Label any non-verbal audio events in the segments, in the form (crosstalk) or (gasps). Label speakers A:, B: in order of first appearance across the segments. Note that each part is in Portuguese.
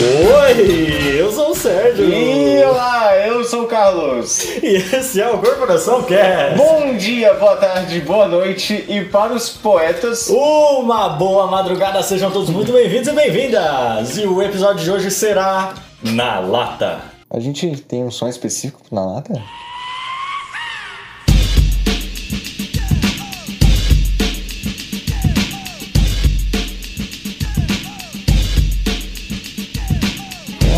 A: Oi, eu sou o Sérgio.
B: E olá, eu sou o Carlos.
A: E esse é o Corporação Cast.
B: Bom dia, boa tarde, boa noite e para os poetas.
A: Uma boa madrugada, sejam todos muito bem-vindos e bem-vindas. E o episódio de hoje será Na Lata.
B: A gente tem um som específico na lata?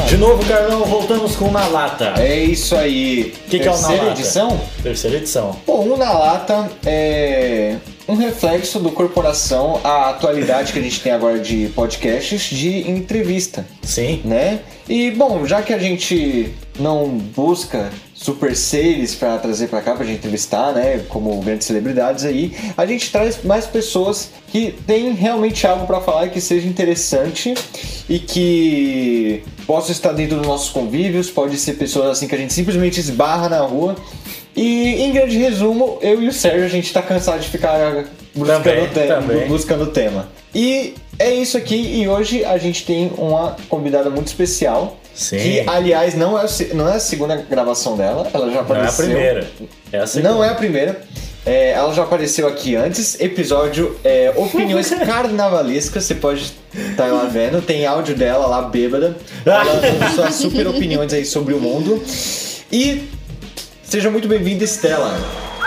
A: De novo, Carlão, voltamos com Na Lata.
B: É isso aí.
A: Que que é o na
B: Terceira
A: lata?
B: edição?
A: Terceira edição.
B: Bom, o na lata é um reflexo do corporação à atualidade que a gente tem agora de podcasts de entrevista.
A: Sim.
B: né? E bom, já que a gente não busca super seres pra trazer pra cá pra gente entrevistar, né, como grandes celebridades aí, a gente traz mais pessoas que têm realmente algo pra falar e que seja interessante e que possa estar dentro dos nossos convívios, pode ser pessoas assim que a gente simplesmente esbarra na rua. E em grande resumo, eu e o Sérgio a gente tá cansado de ficar buscando
A: Também,
B: te-
A: também.
B: buscando o tema. E é isso aqui, e hoje a gente tem uma convidada muito especial.
A: Sim.
B: Que, aliás, não é, o se- não é a segunda gravação dela, ela já
A: Não é a
B: apareceu.
A: primeira. É a segunda.
B: Não é a primeira. É, ela já apareceu aqui antes, episódio é,
A: (laughs)
B: Opiniões Carnavalescas, você pode estar lá vendo, tem áudio dela lá bêbada, ela
A: (laughs)
B: dando suas super opiniões aí sobre o mundo. E seja muito bem-vinda, Estela.
A: (laughs)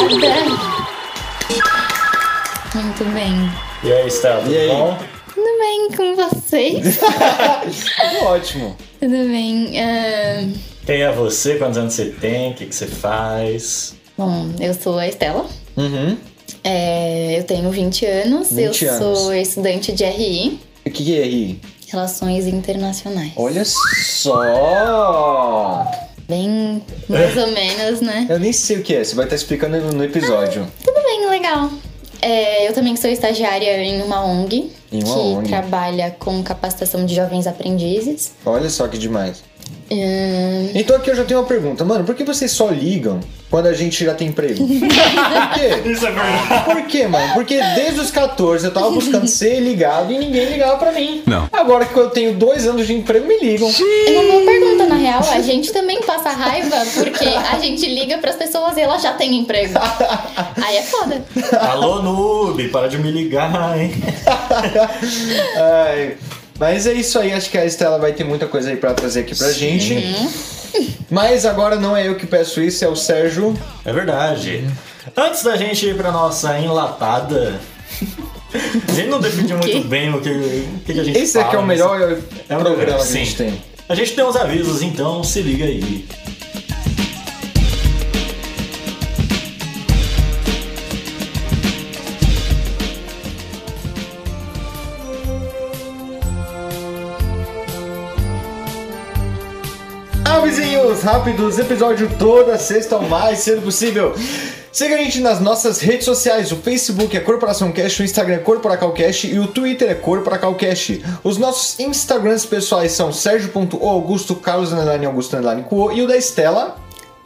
C: Obrigada. Muito bem.
A: E aí, Estela, tudo
B: E aí?
A: bom?
C: Tudo bem com vocês?
B: Ótimo.
C: Tudo bem. ah,
A: Quem é você? Quantos anos você tem? O que, que você faz?
C: bom, eu sou a Estela.
B: Uhum.
C: é, eu tenho 20 anos.
B: 20
C: eu
B: anos.
C: sou estudante de RI,
B: O que que é aí?
C: Relações Internacionais.
B: Olha só!
C: Bem, mais ou menos, né?
B: Eu nem sei o que é, você vai estar explicando no no episódio.
C: Tudo bem, legal. É, eu também sou estagiária em uma ONG
B: Em uma
C: que
B: ONG.
C: trabalha com capacitação de jovens aprendizes.
B: Olha só que demais.
C: Ahn,
B: Então aqui eu já tenho uma pergunta, mano, por que vocês só ligam quando a gente já tem emprego? Por quê?
A: Isso é verdade.
B: Por quê, mano? Porque desde os 14 eu tava buscando ser ligado e ninguém ligava pra mim.
D: Não.
B: Agora que eu tenho dois anos de emprego, me ligam.
C: É uma boa pergunta, na real. A gente também passa raiva porque a gente liga pras pessoas e elas já têm emprego. Aí é foda.
A: Alô, noob, para de me ligar, hein?
B: Ai, Mas é isso aí, acho que a Estela vai ter muita coisa aí pra trazer aqui pra gente. Mas agora não é eu que peço isso, é o Sérgio.
A: É verdade. Antes da gente ir pra nossa enlatada, a gente não definiu muito bem (laughs) o que, o que que a gente
B: Esse aqui é
A: fala,
B: o
A: mas-
B: melhor
A: É o
B: programa
A: melhor,
B: que a gente
A: sim.
B: tem.
A: A gente tem uns avisos, então se liga aí.
B: Avisinhos Ah, rápidos, episódio toda sexta o mais cedo possível. Siga a gente nas nossas redes sociais, o Facebook é Corporação Cash, o Instagram é CorporacalCast e o Twitter é CorporacalCast. Os nossos Instagrams pessoais são sergio.oaugusto, carlos underline augusto underline cuo e o da Estela.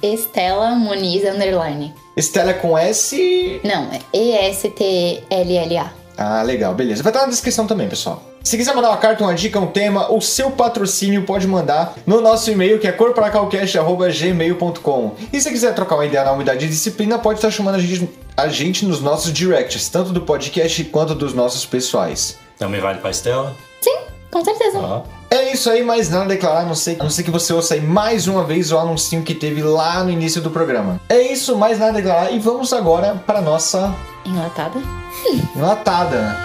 C: Estela Muniz Underline.
B: Estela é com S...
C: Não, é E-S-T-L-L-A.
B: Ah, legal, beleza. Vai estar na descrição também, pessoal. Se quiser mandar uma carta, uma dica, um tema, o seu patrocínio pode mandar no nosso e-mail que é corporacalcast.gmail.com. E se quiser trocar uma ideia na umidade e disciplina, pode estar chamando a gente, a gente nos nossos directs, tanto do podcast quanto dos nossos pessoais.
A: Também vale pra Estela. Tá.
C: Com certeza.
A: Ó.
B: É isso aí, mais nada a declarar, a não ser, a não ser que você ouça aí mais uma vez o anuncinho que teve lá no início do programa. É isso, mais nada a declarar, e vamos agora para nossa
C: Enlatada.
B: Enlatada. né?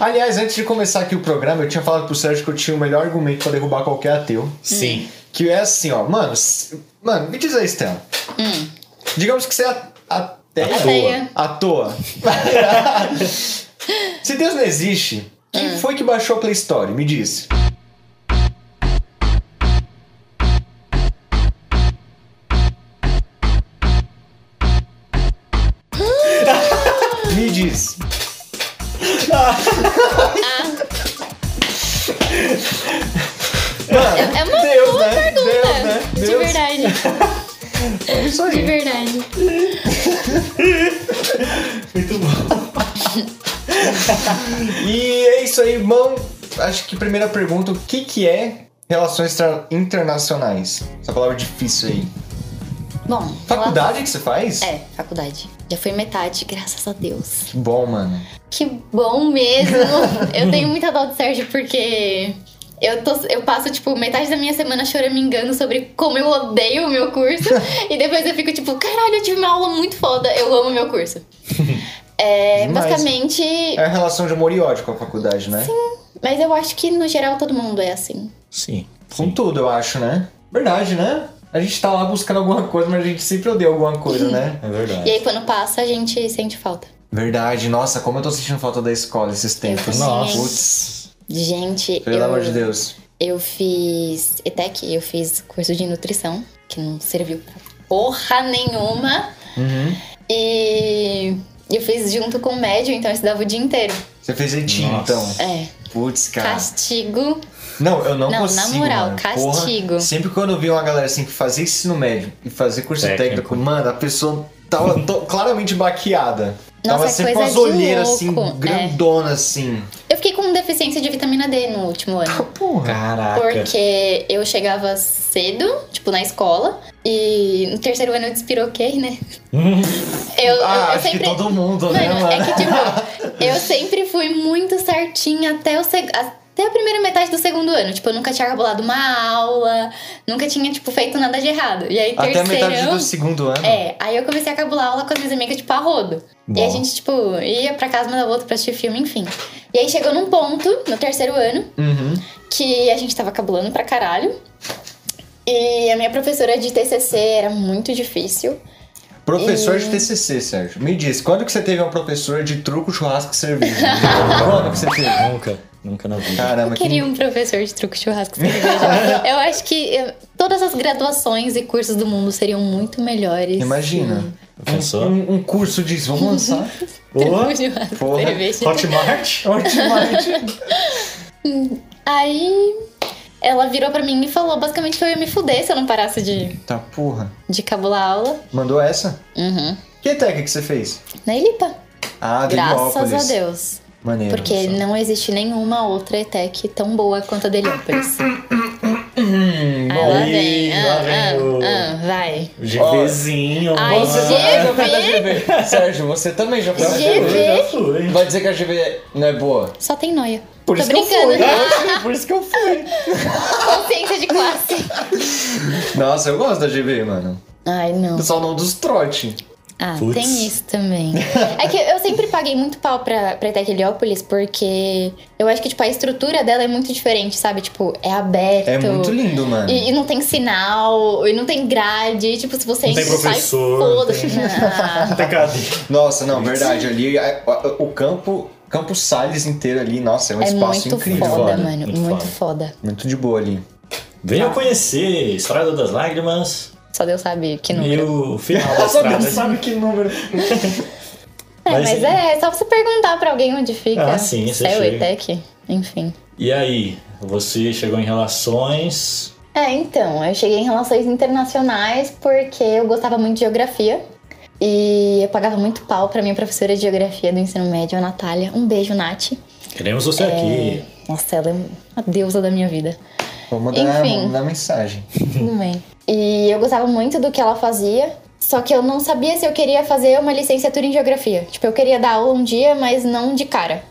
B: Aliás, antes de começar aqui o programa, eu tinha falado pro Sérgio que eu tinha o melhor argumento pra derrubar qualquer ateu.
A: Sim.
B: Que é assim, ó, mano, s- mano, me diz aí, Stella. Digamos que você é a- ateia.
C: Ateia.
B: À
C: (laughs)
B: toa. Se Deus não existe, quem
C: Ah.
B: foi que baixou a Play Store? Me diz. Me diz.
C: Ah.
B: Mano,
C: É uma
B: Deus,
C: boa
B: né?
C: pergunta.
B: Deus, né?
C: De
B: Deus.
C: verdade.
B: É isso
C: De
B: aí.
C: verdade.
A: Muito bom.
B: e é isso aí, irmão. Acho que primeira pergunta, o que que é relações tra- internacionais? Essa palavra é difícil aí.
C: Bom,
B: Faculdade que você faz?
C: ela- É, faculdade. Já foi metade, graças a Deus.
B: Que bom, mano.
C: Que bom
B: (laughs)
C: mesmo. eu tenho muita dó do Sérgio porque eu, tô, eu passo, tipo, metade da minha semana choramingando sobre como eu odeio o meu
B: (laughs)
C: curso. e depois eu fico tipo, caralho, eu tive uma aula muito foda, eu amo
B: (laughs)
C: meu curso. É,
B: Demais.
C: basicamente.
B: É a relação de amor e ódio com a faculdade, né? Sim.
C: Mas eu acho que no geral todo mundo é assim.
A: Sim.
B: Com tudo, eu acho, né? Verdade, né? A gente tá lá buscando alguma coisa, mas a gente sempre odeia alguma coisa, né?
A: É
C: E
A: verdade.
C: aí quando passa, a gente sente falta.
B: Verdade, nossa, como eu tô sentindo falta da escola esses tempos.
C: Nossa.
B: Putz,
C: Gente,
B: pelo
C: eu,
B: amor de Deus.
C: eu fiz ETEC, eu fiz curso de nutrição, que não serviu pra porra nenhuma.
B: Uhum.
C: E eu fiz junto com o médio, então eu estudava o dia inteiro.
B: Você fez jeitinho,
A: Nossa.
B: então.
C: É,
B: Putz, cara.
C: castigo.
B: Não, eu não,
C: Não, na
B: consigo.
C: moral,
B: mano.
C: castigo.
B: Porra, sempre quando eu vi uma galera assim que fazia ensino médio e fazia curso técnico,
A: Técnico.
B: mano, a pessoa tava to- claramente baqueada.
C: Nossa,
B: tava sempre com
C: coisa
B: as
C: de
B: olheiras
C: louco, É.
B: assim, grandona assim.
C: Eu fiquei com deficiência de vitamina D no último ano.
B: Porra.
A: Caraca.
C: Porque eu chegava cedo, tipo, na escola. E no terceiro ano eu despiroquei,
B: (laughs)
C: né?
A: Hum,
C: Eu, eu-
B: ah,
C: eu,
B: acho
C: sempre.
B: que todo mundo, né,
C: Mano,
B: mano?
C: é que tipo, eu sempre fui muito certinha até o seg... até a primeira metade do segundo ano. Tipo, eu nunca tinha cabulado uma aula, nunca tinha, tipo, feito nada de errado. E aí,
B: (laughs) Até a metade
C: terceirão.
B: do segundo ano.
C: É, aí eu comecei a cabular aula com as minhas amigas, tipo, a rodo. E
A: Bom.
C: a gente, tipo, ia pra casa uma da outra pra assistir filme, enfim. E aí chegou num ponto, no terceiro ano,
B: Uhum.
C: que a gente tava cabulando pra caralho. E a minha professora de TCC era muito difícil.
B: Professor de TCC, Sérgio. Me diz, quando que você teve uma professora de truco, churrasco e cerveja? (laughs) quando que você teve?
A: Nunca, nunca na vida.
B: Caramba,
C: Eu queria
B: que...
C: um professor de truque churrasco
B: (laughs)
C: e cerveja. eu acho que eh, todas as graduações e cursos do mundo seriam muito melhores. (laughs)
B: Imagina.
A: Pensou?
B: Um, um curso disso, vamos lançar.
C: Truco churrasco
B: porra.
C: e cerveja. (laughs)
A: Hotmart?
B: Ótimo.
C: Aí ela virou pra mim e falou basicamente que eu ia me fuder se eu não parasse de,
B: tá, porra.
C: de cabular aula.
B: Mandou essa?
C: Uhum.
B: Que técnica que você fez?
C: Na Elipa.
B: Ah,
C: Graças
B: Heliópolis.
C: a Deus.
B: Maneiro.
C: Porque não existe nenhuma outra ETEC tão boa quanto a de Heliópolis.
B: Hum,
C: Aí lá
A: Ih,
C: vem.
A: lá
C: Ah,
A: vem o-
C: ah, ah, vai.
A: O GVzinho.
C: Ai,
A: mano.
B: Ah,
C: gente.
B: GV? Sérgio, você também já foi da
A: Eu
C: GV?
B: GV.
A: já fui.
B: Vai dizer que a GV não é boa?
C: Só tem noia.
B: Por
C: Tô
B: isso
C: brincando. né?
B: que eu fui. (laughs) Por isso que eu fui.
C: Consciência de
B: (laughs)
C: classe.
B: Nossa, eu gosto da GV, mano.
C: Ai, não.
B: Só não dos trote.
C: Ah,
A: Putz.
C: tem isso também. É que eu sempre paguei muito pau pra, pra ETEC Heliópolis, porque eu acho que, tipo, a estrutura dela é muito diferente, sabe? Tipo, é aberto.
B: É muito lindo, mano.
C: E, e não tem sinal, e não tem grade. e, tipo, se você
A: Não tem
C: entra, sai,
A: professor,
C: foda-se.
A: não
C: Ah,
A: Até cadê?
B: Nossa, não, verdade. Ali, a- a- o campo, campo Salles inteiro ali, nossa, é um
C: É
B: espaço
C: muito
B: incrível.
C: foda,
A: foda,
C: mano. Muito,
A: muito
C: foda.
B: Muito de boa ali.
A: Venham conhecer Estrada das Lágrimas
C: Só Deus sabe que
A: e
C: número.
A: o final (laughs) da
B: Só
A: estrada.
B: Deus sabe que número.
C: É,
A: mas-
C: mas, é, é só você perguntar pra alguém onde fica.
A: Ah, sim, você
C: Céu,
A: chega.
C: ETEC, enfim.
A: E aí, você chegou em relações.
C: É, então, eu cheguei em relações internacionais porque eu gostava muito de geografia. E eu pagava muito pau pra minha professora de geografia do ensino médio, a Natália. Um beijo, Nath.
A: Queremos você Tá aqui.
C: Nossa, ela é uma deusa da minha vida.
B: Vou mandar,
C: Enfim.
B: vou mandar mensagem.
C: Tudo bem. E eu gostava muito do que ela fazia. Só que eu não sabia se eu queria fazer uma licenciatura em geografia. Tipo, eu queria dar aula um dia, mas não de cara.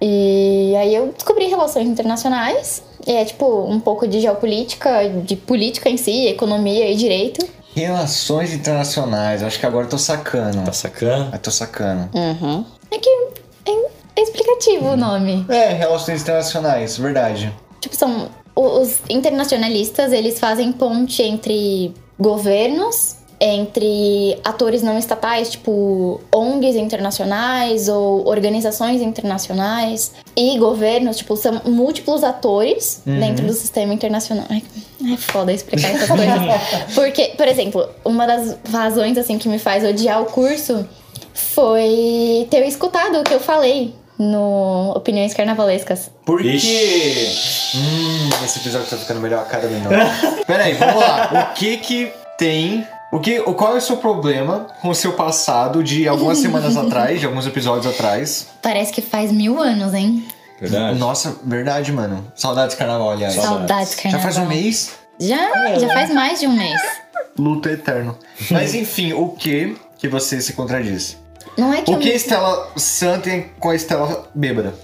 C: E aí eu descobri relações internacionais. E é tipo um pouco de geopolítica, de política em si, economia e direito.
B: Relações internacionais. Acho que agora eu tô sacando.
A: Tá sacando?
B: Eu tô sacando.
C: Uhum. É que é, é explicativo o nome.
B: É, relações internacionais,
C: (laughs)
B: verdade.
C: Tipo, são o- os internacionalistas, eles fazem ponte entre governos, entre atores não estatais, tipo ONGs internacionais ou organizações internacionais e governos, tipo, são múltiplos atores dentro do sistema internacional. Ai, é foda explicar essas
B: Uhum.
C: coisas. Porque, por exemplo, uma das razões assim que me faz odiar o curso foi ter escutado o que eu falei no Opiniões Carnavalescas.
B: Por quê?
A: Ixi.
B: Hum, esse episódio tá ficando melhor a cada minuto. Peraí, vamos lá. O que que tem O que, o- qual é o seu problema com o seu passado de
C: (laughs)
B: algumas semanas atrás, de alguns episódios atrás?
C: Parece que faz mil anos, hein?
A: Verdade?
B: Nossa, verdade, mano. Saudades do carnaval, aliás.
A: Saudades.
C: Saudades,
B: Já
C: carnaval.
B: faz um mês? É.
C: Já, já faz mais de um mês.
B: Luto
A: (laughs)
B: eterno. Mas enfim, o que que você se contradiz?
C: Não é que
B: O que
C: eu...
B: Estela Santa tem com a Estela bêbada?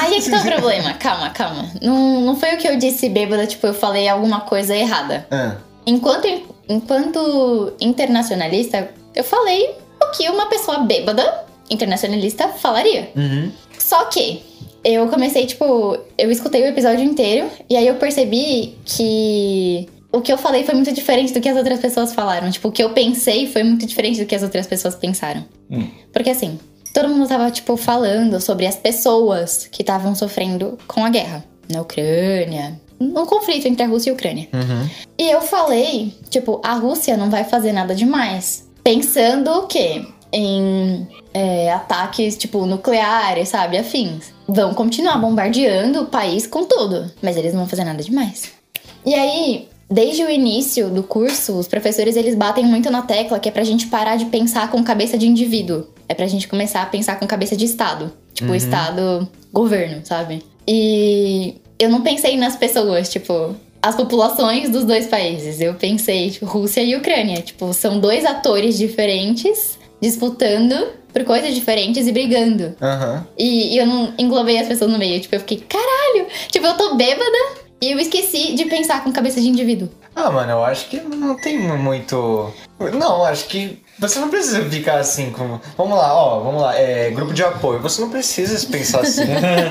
C: Aí é que tá o problema. Calma, calma. Não, não foi o que eu disse bêbada, tipo, eu falei alguma coisa errada.
B: Ah,
C: Enquanto, enquanto internacionalista, eu falei o que uma pessoa bêbada internacionalista falaria.
B: uhum.
C: Só que eu comecei, tipo, eu escutei o episódio inteiro e aí eu percebi que o que eu falei foi muito diferente do que as outras pessoas falaram. Tipo, o que eu pensei foi muito diferente do que as outras pessoas pensaram.
A: Hum.
C: Porque assim, todo mundo tava, tipo, falando sobre as pessoas que estavam sofrendo com a guerra na Ucrânia. Um conflito entre a Rússia e a Ucrânia.
B: Uhum.
C: E eu falei, tipo, a Rússia não vai fazer nada demais. Pensando o quê? Em é, ataques, tipo, nucleares, sabe? Afins. Vão continuar bombardeando o país com tudo, mas eles não vão fazer nada demais. E aí, desde o início do curso, os professores eles batem muito na tecla que é pra gente parar de pensar com cabeça de indivíduo. É pra gente começar a pensar com cabeça de Estado. Tipo, Estado, governo, sabe? E eu não pensei nas pessoas, tipo, as populações dos dois países. Eu pensei, tipo, Rússia e Ucrânia. Tipo, são dois atores diferentes disputando por coisas diferentes e brigando.
B: Aham.
C: E, e eu não englobei as pessoas no meio. Tipo, eu fiquei, caralho! Tipo, eu tô bêbada e eu esqueci de pensar com cabeça de indivíduo.
B: Ah, mano, eu acho que não tem muito. Não, acho que você não precisa ficar assim como. Vamos lá, ó, vamos lá. É, grupo de apoio. Você não precisa se pensar (laughs) assim.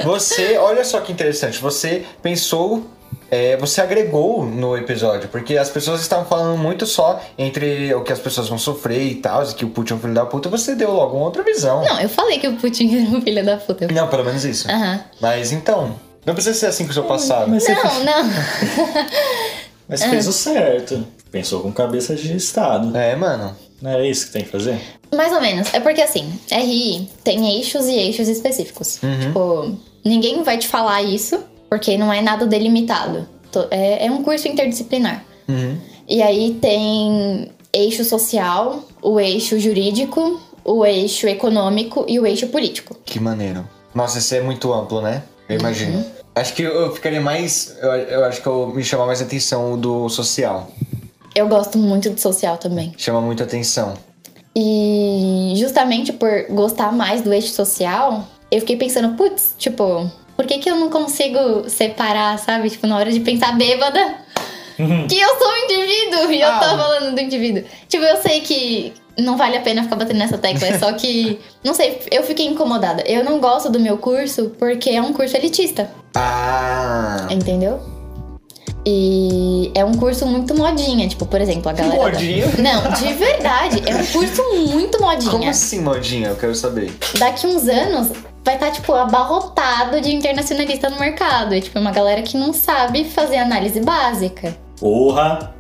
B: você, olha só que interessante. Você pensou. é, você agregou no episódio, porque as pessoas estavam falando muito só entre o que as pessoas vão sofrer e tal, e que o Putin é um filho da puta, você deu logo uma outra visão.
C: Não, eu falei que o Putin era um filho da puta.
B: Não, pelo menos isso.
C: Aham.
B: Mas então, não precisa ser assim com o seu passado.
A: Mas, você,
C: Não, não.
A: mas fez o certo. Pensou com cabeça de Estado.
B: (laughs) É, mano.
A: Não era isso que tem que fazer?
C: Mais ou menos. É porque assim, RI tem eixos e eixos específicos. Tipo, ninguém vai te falar isso, porque não é nada delimitado. To- É, é um curso interdisciplinar.
B: Uhum.
C: E aí tem eixo social, o eixo jurídico, o eixo econômico e o eixo político.
B: Que maneiro. Nossa, isso é muito amplo, né? Eu imagino.
A: Uhum.
B: Acho que eu- eu ficaria mais. Eu, eu acho que eu me chamar mais atenção o do social.
C: Eu gosto muito do social também.
B: Chama muito atenção.
C: E justamente por gostar mais do eixo social, eu fiquei pensando, putz, tipo, por que, que eu não consigo separar, sabe? Tipo, na hora de pensar bêbada, que eu sou um indivíduo e eu
B: Ah.
C: tô falando do indivíduo. Tipo, eu sei que não vale a pena ficar batendo nessa tecla, é só que, não sei, eu fiquei incomodada. Eu não gosto do meu curso porque é um curso elitista.
B: Ah!
C: Entendeu? E é um curso muito modinha, tipo, por exemplo, a
A: Então,
C: galera. da-
B: Modinha?
C: Não, de verdade, é um curso muito modinha.
B: Como assim, modinha? Eu quero saber.
C: Daqui uns anos vai estar, tipo, abarrotado de internacionalista no mercado. É tipo, uma galera que não sabe fazer análise básica.
A: Porra!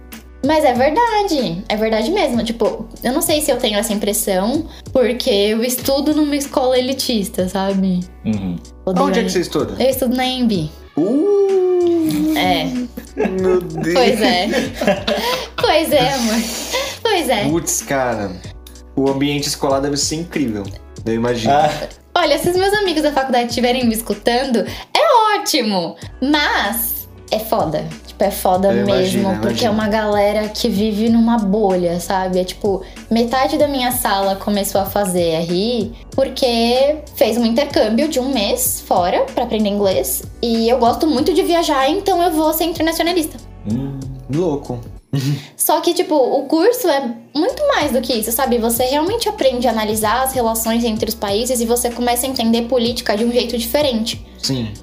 C: Mas é verdade, é verdade mesmo. Tipo, eu não sei se eu tenho essa impressão, porque eu estudo numa escola elitista, sabe?
A: Uhum.
C: Odeio
B: Onde é
C: a-
B: que você estuda?
C: Eu estudo na EMB.
A: É.
B: Uh!
C: É.
B: Meu Deus! (laughs)
C: Pois é. pois é, amor. Pois é.
B: Putz, cara. O ambiente escolar deve ser incrível. Eu imagino.
A: Ah,
C: Olha, se os meus amigos da faculdade estiverem me escutando, é ótimo! Mas é foda. Tipo, é foda
B: Eu
C: mesmo,
B: imagino, eu
C: porque é
B: imagino.
C: uma galera que vive numa bolha, sabe? É tipo, metade da minha sala começou a fazer RI porque fez um intercâmbio de um mês fora pra aprender inglês. E eu gosto muito de viajar, então eu vou ser internacionalista.
A: hum.
B: Louco.
C: Só que, tipo, o curso é muito mais do que isso, sabe? Você realmente aprende a analisar as relações entre os países e você começa a entender política de um jeito diferente.
B: Sim.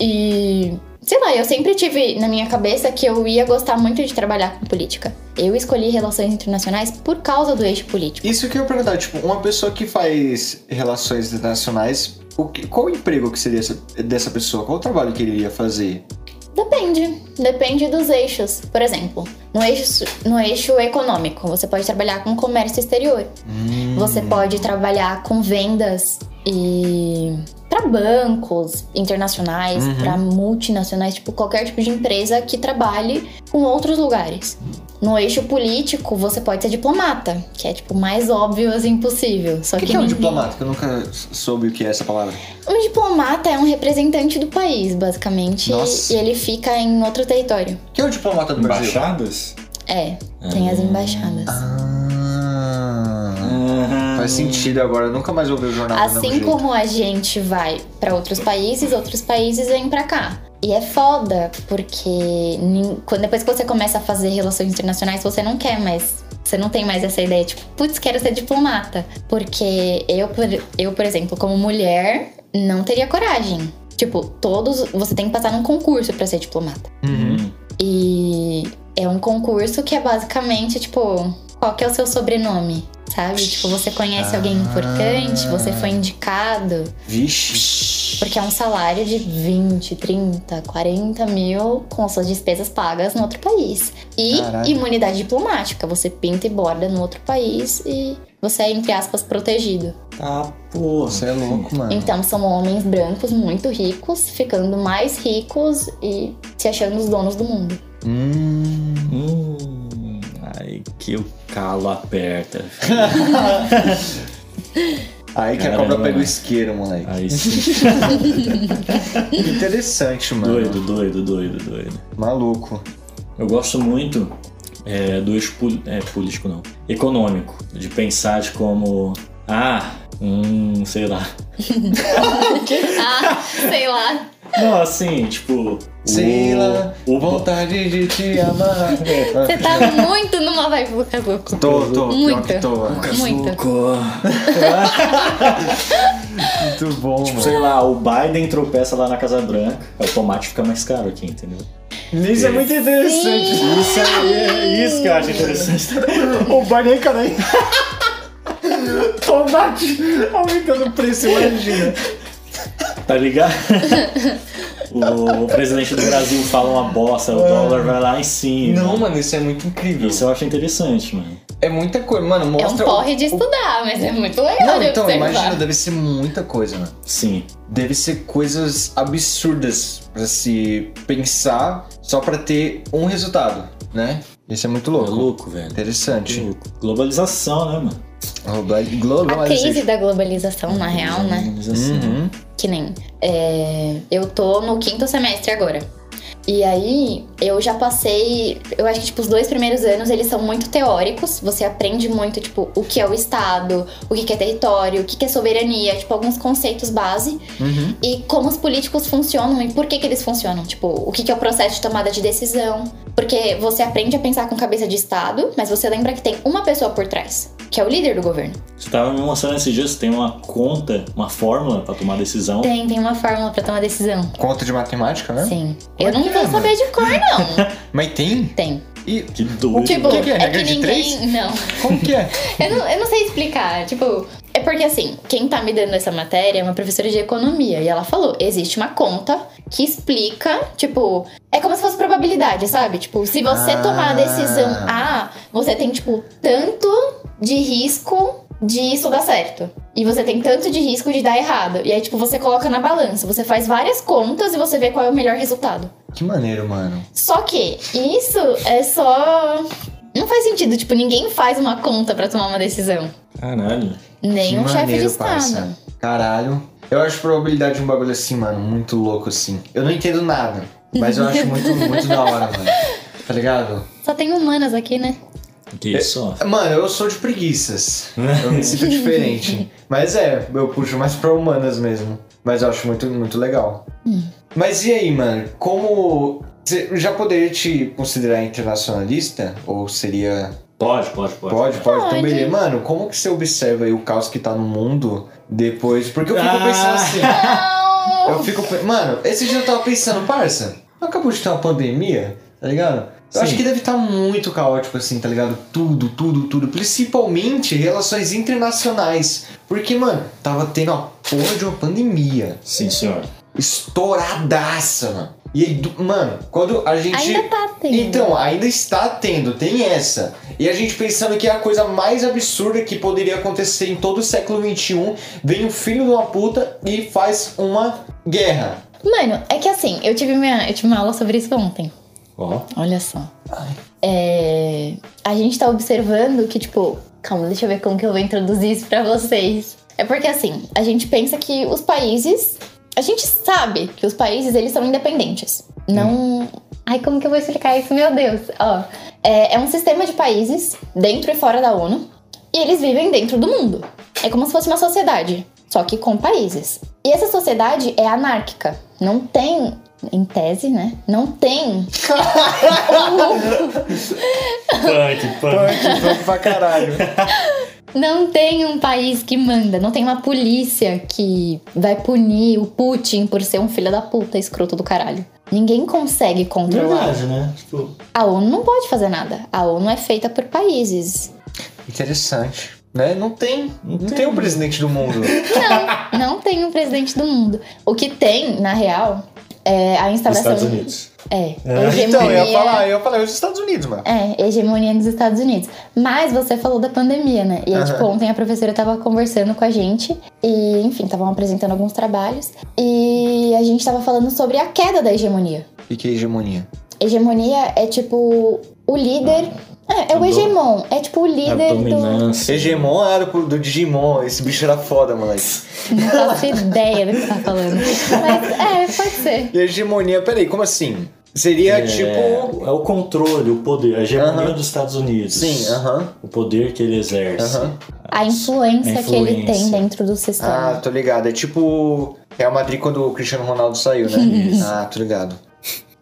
C: E. Sei lá, eu sempre tive na minha cabeça que eu ia gostar muito de trabalhar com política. Eu escolhi relações internacionais por causa do eixo político.
B: Isso que eu ia perguntar, tipo, uma pessoa que faz relações internacionais, o que- qual o emprego que seria essa- dessa pessoa? Qual o trabalho que ele iria fazer?
C: Depende, depende dos eixos. Por exemplo, no eixo, no eixo econômico, você pode trabalhar com comércio exterior.
B: Hum,
C: Você pode trabalhar com vendas e para bancos internacionais,
B: Uhum.
C: pra para multinacionais, tipo qualquer tipo de empresa que trabalhe com outros lugares. No eixo político, você pode ser diplomata, que é tipo mais óbvio assim possível. Só
B: O
C: que,
B: que, que é um
C: ninguém-
B: diplomata? Que eu nunca soube o que é essa palavra.
C: Um diplomata é um representante do país, basicamente,
B: Nossa.
C: e ele fica em outro território.
B: O que é o diplomata do Brasil?
A: Embaixadas?
C: É, tem as embaixadas.
B: Ah, Faz sentido agora, eu nunca mais ouvi o jornal. do
C: Assim
B: mesmo jeito.
C: como a gente vai pra outros países, outros países vêm pra cá. E é foda, porque nin- quando- depois que você começa a fazer relações internacionais, você não quer mais. Você não tem mais essa ideia, tipo, putz, quero ser diplomata. Porque eu, por, eu, por exemplo, como mulher, não teria coragem. Tipo, todos. Você tem que passar num concurso pra ser diplomata.
B: Uhum.
C: E é um concurso que é basicamente, tipo, qual que é o seu sobrenome? Sabe? Tipo, você conhece alguém importante, você foi indicado,
B: Vixe.
C: porque é um salário de 20, 30, 40 mil com suas despesas pagas no outro país. E
B: Caraca.
C: imunidade diplomática, você pinta e borda no outro país e você é, entre aspas, protegido.
A: Tá, porra.
B: Você é louco, mano.
C: Então são homens brancos muito ricos, ficando mais ricos e se achando os donos do mundo.
B: Hum.
A: Hum, ai, que o calo aperta.
B: Aí que a
A: Caramba,
B: cobra pega o
A: mano.
B: isqueiro, moleque. (laughs)
A: Aí sim.
B: Que Interessante, mano.
A: doido, doido, doido, doido.
B: Maluco.
A: Eu gosto muito é, do eixo poli- é, político, não. Econômico. De pensar de como. Ah, hum, sei lá.
C: Ah, sei lá.
A: Não, assim, tipo.
B: Sei
A: o-
B: lá,
A: o-
B: vontade de te
A: (laughs)
B: amar.
C: Você tá muito numa vibe Lucas Louco.
B: Tô, tô, pior
C: Muito.
B: que tô. é. mano.
C: Muito.
A: Louco.
B: Muito bom,
A: Tipo,
B: mano.
A: sei lá, o Biden tropeça lá na Casa Branca, o tomate fica mais caro aqui, entendeu?
B: Isso é muito interessante.
A: Isso aí é isso que eu acho interessante.
B: (laughs) O Barney, é (laughs) caralho. Tomate aumentando o preço, imagina.
A: Tá
B: (laughs)
A: ligado? o presidente do Brasil fala uma bosta, o dólar vai lá em cima.
B: Não, mano, isso é muito incrível.
A: Isso eu acho interessante, mano.
B: É muita coisa, mano.
C: É um
B: Mostra. o-
C: porre de estudar, mas é muito legal
B: Não,
C: de
B: então,
C: observar.
B: imagina, deve ser muita coisa, mano.
A: Sim.
B: Deve ser coisas absurdas pra se pensar só pra ter um resultado, né? Isso é muito
A: É
B: louco.
A: louco, velho. É
B: Interessante.
A: louco. Globalização, né, mano?
C: A crise da globalização, na real, né?
A: Globalização.
B: Uhum.
C: Que nem. é, eu tô no quinto semestre agora. E aí, eu já passei. Eu acho que, tipo, os dois primeiros anos eles são muito teóricos. Você aprende muito, tipo, o que é o Estado, o que que é território, o que que é soberania, tipo, alguns conceitos base.
B: Uhum.
C: e como os políticos funcionam e por que, que eles funcionam. Tipo, o que, que é o processo de tomada de decisão. Porque você aprende a pensar com cabeça de Estado, mas você lembra que tem uma pessoa por trás, que é o líder do governo.
A: Você tava me mostrando esses dias, tem uma conta, uma fórmula pra tomar decisão.
C: Tem, tem uma fórmula pra tomar decisão.
B: Conta de matemática, né?
C: Sim. Eu não vou
B: Bacana.
C: saber de
B: (laughs)
C: cor, não.
B: Mas tem?
C: Tem.
B: E
A: Que doido.
C: Tipo,
B: que que é?
C: é
B: Regra
C: que
B: de
C: ninguém.
B: três?
C: Não.
B: como que é?
C: Eu não, eu não sei explicar. Tipo, é porque assim, quem tá me dando essa matéria é uma professora de economia. E ela falou: existe uma conta que explica, tipo, é como se fosse probabilidade, sabe? Tipo, se você
B: Ah.
C: tomar a decisão A, você tem, tipo, tanto de risco de isso dar certo. E você tem tanto de risco de dar errado. E aí, tipo, você coloca na balança. Você faz várias contas e você vê qual é o melhor resultado.
B: (laughs) Que maneiro, mano.
C: Só que isso é só. Não faz sentido. Tipo, ninguém faz uma conta pra tomar uma decisão.
A: Caralho.
C: Nem
B: que
C: um chefe de
B: maneiro,
C: Estado.
B: parça. Caralho. Eu acho probabilidade de um bagulho assim, mano, muito louco assim. Eu não entendo nada, mas eu acho
C: (laughs)
B: muito, muito da hora, mano. Tá ligado?
C: Só tem humanas aqui, né?
A: Que isso, ó.
B: Mano, eu sou de preguiças. Eu me sinto
C: (laughs)
B: diferente. Mas é, eu puxo mais pra humanas mesmo. Mas eu acho muito, muito legal.
C: Hum.
B: Mas e aí, mano? Como. Você já poderia te considerar internacionalista? Ou seria
A: Pode, pode, pode.
B: Pode, pode,
C: Pode.
B: também. Mano, como que você observa aí o caos que tá no mundo depois? Porque eu fico
A: Ah.
B: pensando assim.
C: Não!
B: Eu fico. pe- Mano, esse dia eu tava pensando, parça, acabou de ter uma pandemia, tá ligado?
A: Sim.
B: Eu acho que deve estar muito caótico, assim, tá ligado? Tudo, tudo, tudo. Principalmente relações internacionais. Porque, mano, tava tendo a porra de uma pandemia.
A: Sim, senhor.
B: Estouradaça, mano. E aí, do- mano, quando a gente.
C: Ainda tá tendo.
B: Então, ainda está tendo, tem essa. E a gente pensando que é a coisa mais absurda que poderia acontecer em todo o século XXI, vem o filho de uma puta e faz uma guerra.
C: Mano, é que assim, eu tive, minha, eu tive uma aula sobre isso ontem.
A: Ó.
C: Olha só. É, a gente tá observando que, tipo, calma, deixa eu ver como que eu vou introduzir isso pra vocês. É porque assim, a gente pensa que os países. A gente sabe que os países eles são independentes.
B: Hum.
C: Não. Ai, como que eu vou explicar isso? Meu Deus! Ó, é, é um sistema de países, dentro e fora da ONU, e eles vivem dentro do mundo. É como se fosse uma sociedade, só que com países. E essa sociedade é anárquica. Não tem, em tese, né? Não tem
A: Punk, punk.
B: Punk, punk pra caralho.
C: Não tem um país que manda, não tem uma polícia que vai punir o Putin por ser um filho da puta escroto do caralho. Ninguém consegue controlar.
A: Verdade, né? Tipo,
C: A ONU não pode fazer nada. A ONU é feita por países.
B: (laughs) Interessante. Né? Não tem. Não,
A: tem.
B: tem. o presidente do (laughs) mundo.
C: Não, não tem um presidente do mundo. O que tem, na real, é a
A: dos
C: instalação.
A: Estados Unidos.
C: É,
A: É.
C: hegemonia.
B: então, eu ia falar, eu ia falar os Estados Unidos, mano.
C: É, hegemonia dos Estados Unidos. Mas você falou da pandemia, né? E aí,
B: Aham.
C: tipo, ontem a professora tava conversando com a gente e, enfim, estavam apresentando alguns trabalhos e a gente tava falando sobre a queda da hegemonia.
B: E que é hegemonia?
C: Hegemonia é tipo o líder.
B: Ah,
C: É,
B: tá
C: é o
A: Do-
C: hegemon. É tipo o
A: A
C: líder do.
A: dominância.
B: Hegemon era do, do Digimon, esse bicho era foda, (laughs) moleque.
C: (laughs) Não faço ideia do que você
B: (laughs)
C: tá falando. Mas é, pode ser.
B: E hegemonia, peraí, como assim? Seria tipo.
A: É o controle, o poder, a hegemonia
B: Aham.
A: dos Estados Unidos.
B: Sim, aham.
A: O poder que ele exerce.
B: Aham.
C: A influência,
A: A
C: que ele tem
A: influência.
C: dentro do
B: Ah,
C: sistema.
B: tô ligado. É tipo. Real Madrid quando o Cristiano Ronaldo saiu,
C: (laughs)
B: né? ah, tô ligado.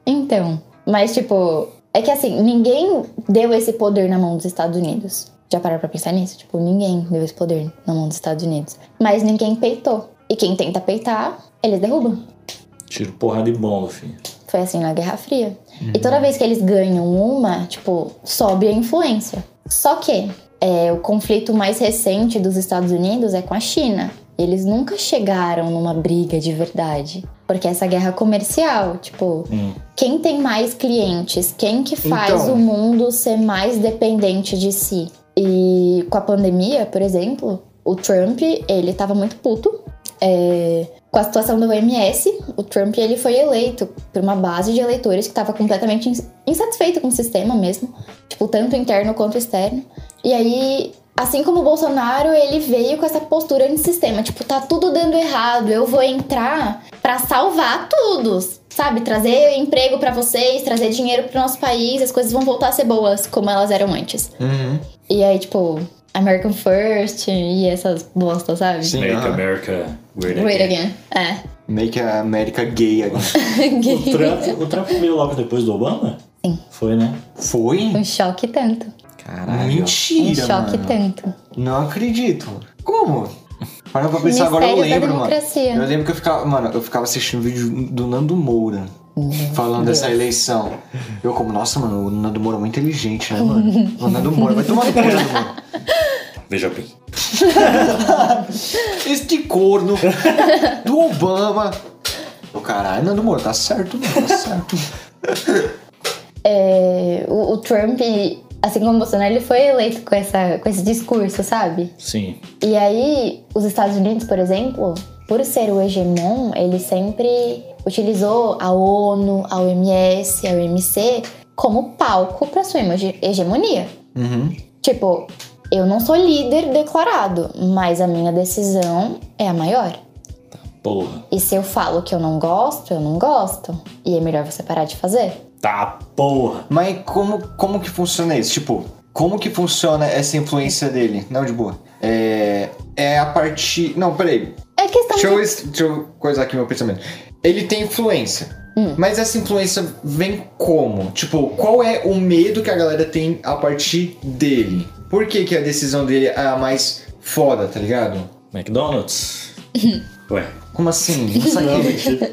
C: Então, mas tipo, é que assim, ninguém deu esse poder na mão dos Estados Unidos. Já pararam pra pensar nisso? Tipo, ninguém deu esse poder na mão dos Estados Unidos. Mas ninguém peitou. E quem tenta peitar, eles derrubam.
A: Tiro porrada e bomba, filho.
C: Foi assim na Guerra Fria. E toda vez que eles ganham uma, tipo, sobe a influência. Só que é, o conflito mais recente dos Estados Unidos é com a China. Eles nunca chegaram numa briga de verdade. Porque essa guerra comercial, tipo,
A: Hum.
C: quem tem mais clientes? Quem que faz
B: Então.
C: o mundo ser mais dependente de si? E com a pandemia, por exemplo, o Trump, ele tava muito puto. é, com a situação do OMS, o Trump ele foi eleito por uma base de eleitores que estava completamente ins- insatisfeito com o sistema mesmo, tipo tanto interno quanto externo. E aí, assim como o Bolsonaro, ele veio com essa postura de sistema, tipo, tá tudo dando errado, eu vou entrar pra salvar tudo, sabe? Trazer emprego pra vocês, trazer dinheiro pro nosso país, as coisas vão voltar a ser boas como elas eram antes.
B: Uhum.
C: E aí, tipo, American First e essas bostas, sabe?
B: Sim.
A: Make
B: aham.
A: America Great
C: Wait
A: Again.
C: again. É.
B: Make a América gay agora.
A: O
C: (laughs)
A: Trump, o Trump veio logo depois do Obama?
C: Sim.
A: Foi, né?
B: Foi?
C: um choque tanto. Um
B: Mentira.
C: choque
B: mano.
C: tanto.
B: Não acredito. Como? Para pra pensar agora, eu
C: Mistérios da
B: lembro, mano.
C: democracia.
B: Eu lembro que eu ficava, mano, eu ficava assistindo vídeo do Nando Moura falando dessa eleição. Eu como, nossa, mano, o Nando Moura é muito inteligente, né,
C: (laughs)
B: mano? O Nando Moura vai tomar no cu, Nando Moura.
A: Veja bem.
B: Este corno do Obama. O caralho, Nando Moura, tá certo, mano, tá certo.
C: É, o, o Trump, assim como o Bolsonaro, ele foi eleito com, essa, com esse discurso, sabe?
A: Sim.
C: E aí, os Estados Unidos, por exemplo, por ser o hegemon, ele sempre utilizou a ONU, a OMS, a OMC como palco para sua hege- hegemonia.
B: Uhum.
C: Tipo, eu não sou líder declarado, mas a minha decisão é a maior.
A: Porra.
C: E se eu falo que eu não gosto, eu não gosto. E é melhor você parar de fazer.
A: Tá, porra.
B: Mas como, como que funciona isso? Tipo, como que funciona essa influência dele? Não, de boa. É. É a partir. Não, peraí.
C: É questão
B: Deixa
C: de
B: eu, es- deixa eu coisar aqui meu pensamento. Ele tem influência. Mas essa influência vem como? Tipo, qual é o medo que a galera tem a partir dele? Por que, que a decisão dele é a mais foda, tá ligado?
A: McDonald's? Ué.
B: Como assim? Não
A: Não,
B: saquei.
A: mentira.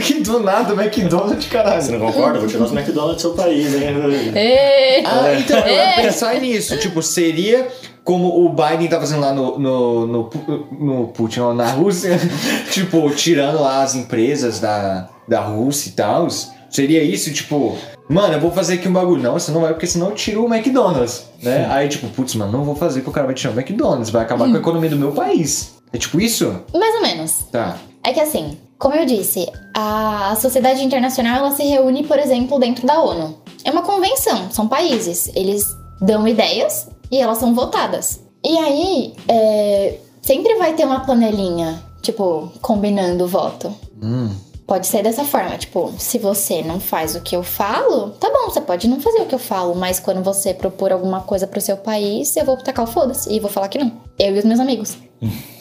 B: que (laughs) do nada, McDonald's, caralho.
A: Você não concorda? Vou tirar os McDonald's do seu país, hein?
C: Ei!
B: Ah, então, eu ia pensar nisso. Tipo, seria como o Biden tá fazendo lá no, no, no, Pu- no Putin, ó, na Rússia. (laughs) tipo, tirando lá as empresas da, da Rússia e tal. Seria isso, tipo... Mano, eu vou fazer aqui um bagulho. Não, você não vai, porque senão eu tiro o McDonald's, né? Aí, tipo, putz, mano, não vou fazer porque o cara vai tirar o McDonald's. Vai acabar com a economia do meu país. É tipo isso?
C: Mais ou menos.
B: Tá.
C: É que assim, Como eu disse, a sociedade internacional ela se reúne, por exemplo, dentro da ONU. É uma convenção, são países. Eles dão ideias e elas são votadas. E aí, é, sempre vai ter uma panelinha, tipo, combinando o voto.
B: Hum.
C: Pode ser dessa forma, tipo, se você não faz o que eu falo, tá bom, você pode não fazer o que eu falo, mas quando você propor alguma coisa pro seu país, eu vou tacar o foda-se e vou falar que não. Eu e os meus amigos.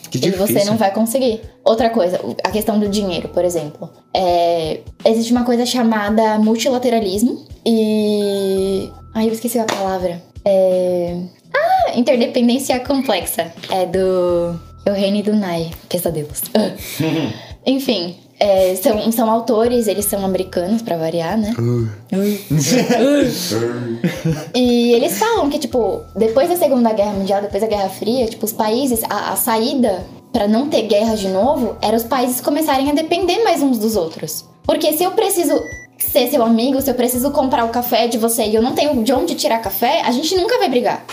B: Que
C: e
B: difícil.
C: você não vai conseguir. Outra coisa, o- a questão do dinheiro, por exemplo. É, existe uma coisa chamada multilateralismo e. Ai, eu esqueci a palavra. É. Ah, interdependência complexa. É do. Eugênio Dunay,
B: (laughs)
C: pesadelos. Enfim, é, são, são autores, eles são americanos, pra variar, né? E eles falam que, tipo, depois da Segunda Guerra Mundial, depois da Guerra Fria, tipo, os países, a, a saída pra não ter guerra de novo era os países começarem a depender mais uns dos outros. Porque se eu preciso ser seu amigo, se eu preciso comprar o café de você e eu não tenho de onde tirar café, a gente nunca vai brigar.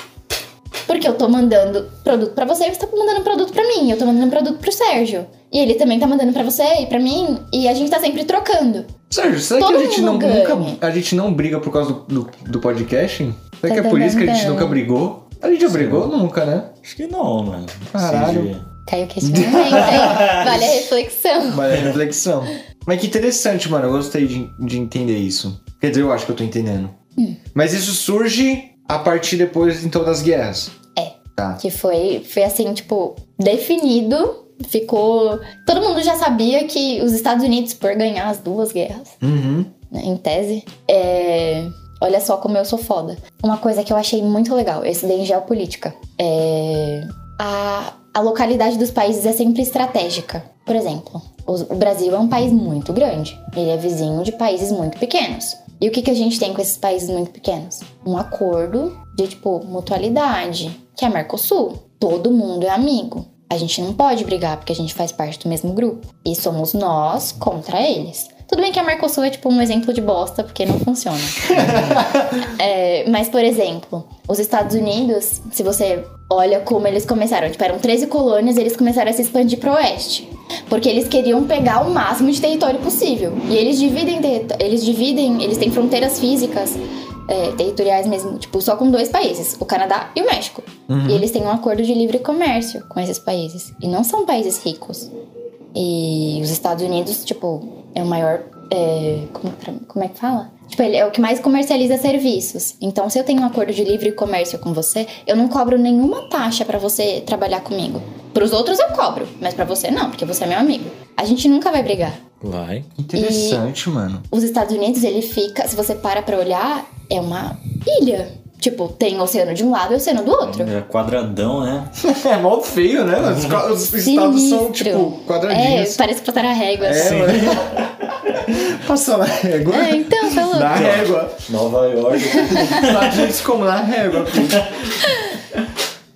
C: Porque eu tô mandando produto pra você e você tá mandando produto pra mim. Eu tô mandando produto pro Sérgio. E ele também tá mandando pra você e pra mim. E a gente tá sempre trocando.
B: Sérgio, será
C: Todo
B: que a gente, não,
C: mundo ganha.
B: nunca, a gente não briga por causa do, do, do podcasting? Será que é por
C: Tadadadã.
B: isso que a gente nunca brigou? A gente já brigou nunca, né?
A: Acho que não, mano. Não
B: Caralho.
A: sei de-
C: Caiu o questionamento, hein? Vale a reflexão.
B: Vale a é reflexão. Mas que interessante, mano. Eu gostei de, de entender isso. Quer dizer, eu acho que eu tô entendendo.
C: Hum.
B: Mas isso surge a partir depois, então, das guerras.
C: É.
B: Tá.
C: Que foi, foi assim, tipo, definido. Ficou. Todo mundo já sabia que os Estados Unidos, por ganhar as duas guerras,
B: Uhum.
C: né, em tese, é. Olha só como eu sou foda. Uma coisa que eu achei muito legal, eu estudei em geopolítica. É. A, a localidade dos países é sempre estratégica. Por exemplo, os- o Brasil é um país muito grande. Ele é vizinho de países muito pequenos. E o que, que a gente tem com esses países muito pequenos? Um acordo de, tipo, mutualidade, que é Mercosul. Todo mundo é amigo. A gente não pode brigar porque a gente faz parte do mesmo grupo. E somos nós contra eles. Tudo bem que a Mercosul é, tipo, um exemplo de bosta porque não funciona. É, mas, por exemplo, os Estados Unidos, se você olha como eles começaram, tipo, eram 13 colônias e eles começaram a se expandir pro oeste. Porque eles queriam pegar o máximo de território possível. E eles dividem, terri- eles dividem, eles têm fronteiras físicas, é, territoriais mesmo, tipo, só com dois países, o Canadá e o México. E eles têm um acordo de livre comércio com esses países. E não são países ricos. E os Estados Unidos, tipo, é o maior. é, como, tra- como é que fala? Tipo, ele é o que mais comercializa serviços. Então, se eu tenho um acordo de livre comércio com você, eu não cobro nenhuma taxa pra você trabalhar comigo. Pros outros eu cobro, mas pra você não, porque você é meu amigo. A gente nunca vai brigar.
A: Vai.
B: Interessante,
C: (laughs)
B: mano.
C: Os Estados Unidos, ele fica, se você para pra olhar, é uma ilha. Tipo, tem oceano de um lado e oceano do outro.
A: Era É, quadradão, né?
B: É mal feio, né? Os, co- os estados são,
C: Sinistro.
B: tipo,
C: É,
B: quadradinhos. É,
C: parece que passaram a régua. assim.
B: mano. (laughs) Passou na régua.
C: É, então, tá louco.
B: Na régua.
A: Nova York.
B: Imagina isso como na régua. (laughs) pô.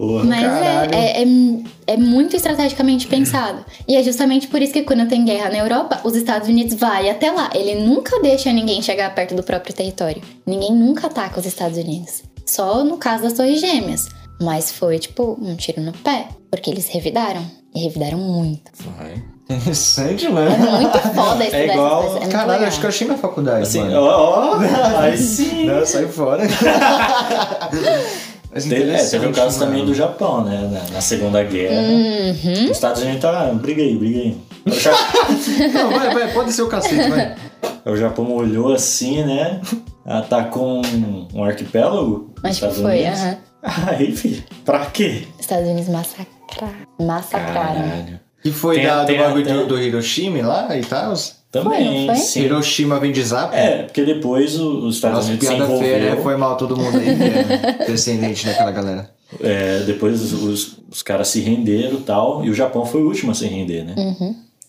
A: Porra.
C: Mas
B: Caralho.
C: é, é, é, é muito estrategicamente pensado. E é justamente por isso que quando tem guerra na Europa, os Estados Unidos vai até lá. Ele nunca deixa ninguém chegar perto do próprio território. Ninguém nunca ataca os Estados Unidos. Só no caso das Torres Gêmeas. Mas foi, tipo, um tiro no pé. Porque eles revidaram. E revidaram muito.
A: Vai.
B: Interessante,
C: É
B: mano. (laughs)
C: muito foda estudar
B: É
C: essas
B: igual.
C: coisas. É muito
B: Caralho,
C: legal.
B: acho que eu achei minha faculdade.
A: Assim,
B: mano.
A: ó, ó. Aí sim.
B: Não,
A: (laughs)
B: sai fora. Mas
A: Teve, é, teve o caso
B: interessante,
A: também
B: mano.
A: do Japão, né? Na, na Segunda Guerra.
C: Uhum.
A: Os Estados Unidos tá. Briga aí, briga aí. O Ja-
B: Não, vai, vai, pode ser o cacete, vai.
A: O Japão olhou assim, né? Atacou um, um arquipélago. dos
C: Acho que
A: Estados
C: tipo, foi,
A: Unidos.
C: aham.
A: (laughs) Aí, filho, pra quê?
C: Estados Unidos massacrar. Massacraram.
A: Caralho.
B: Que foi
A: Tem-
B: da, do
A: tem
B: bagulho
A: até-
B: do, do Hiroshima lá e tal.
A: Também,
C: Foi, não foi?
A: sim.
B: Hiroshima vem de zap.
A: É, porque depois o- os Estados
B: Nossa,
A: Unidos se
B: piada feia,
A: envolveram.
B: né? Foi mal todo mundo aí,
C: (laughs)
B: né? descendente daquela galera.
A: É, depois os, os- os caras se renderam e tal, e o Japão foi o último a se render, né?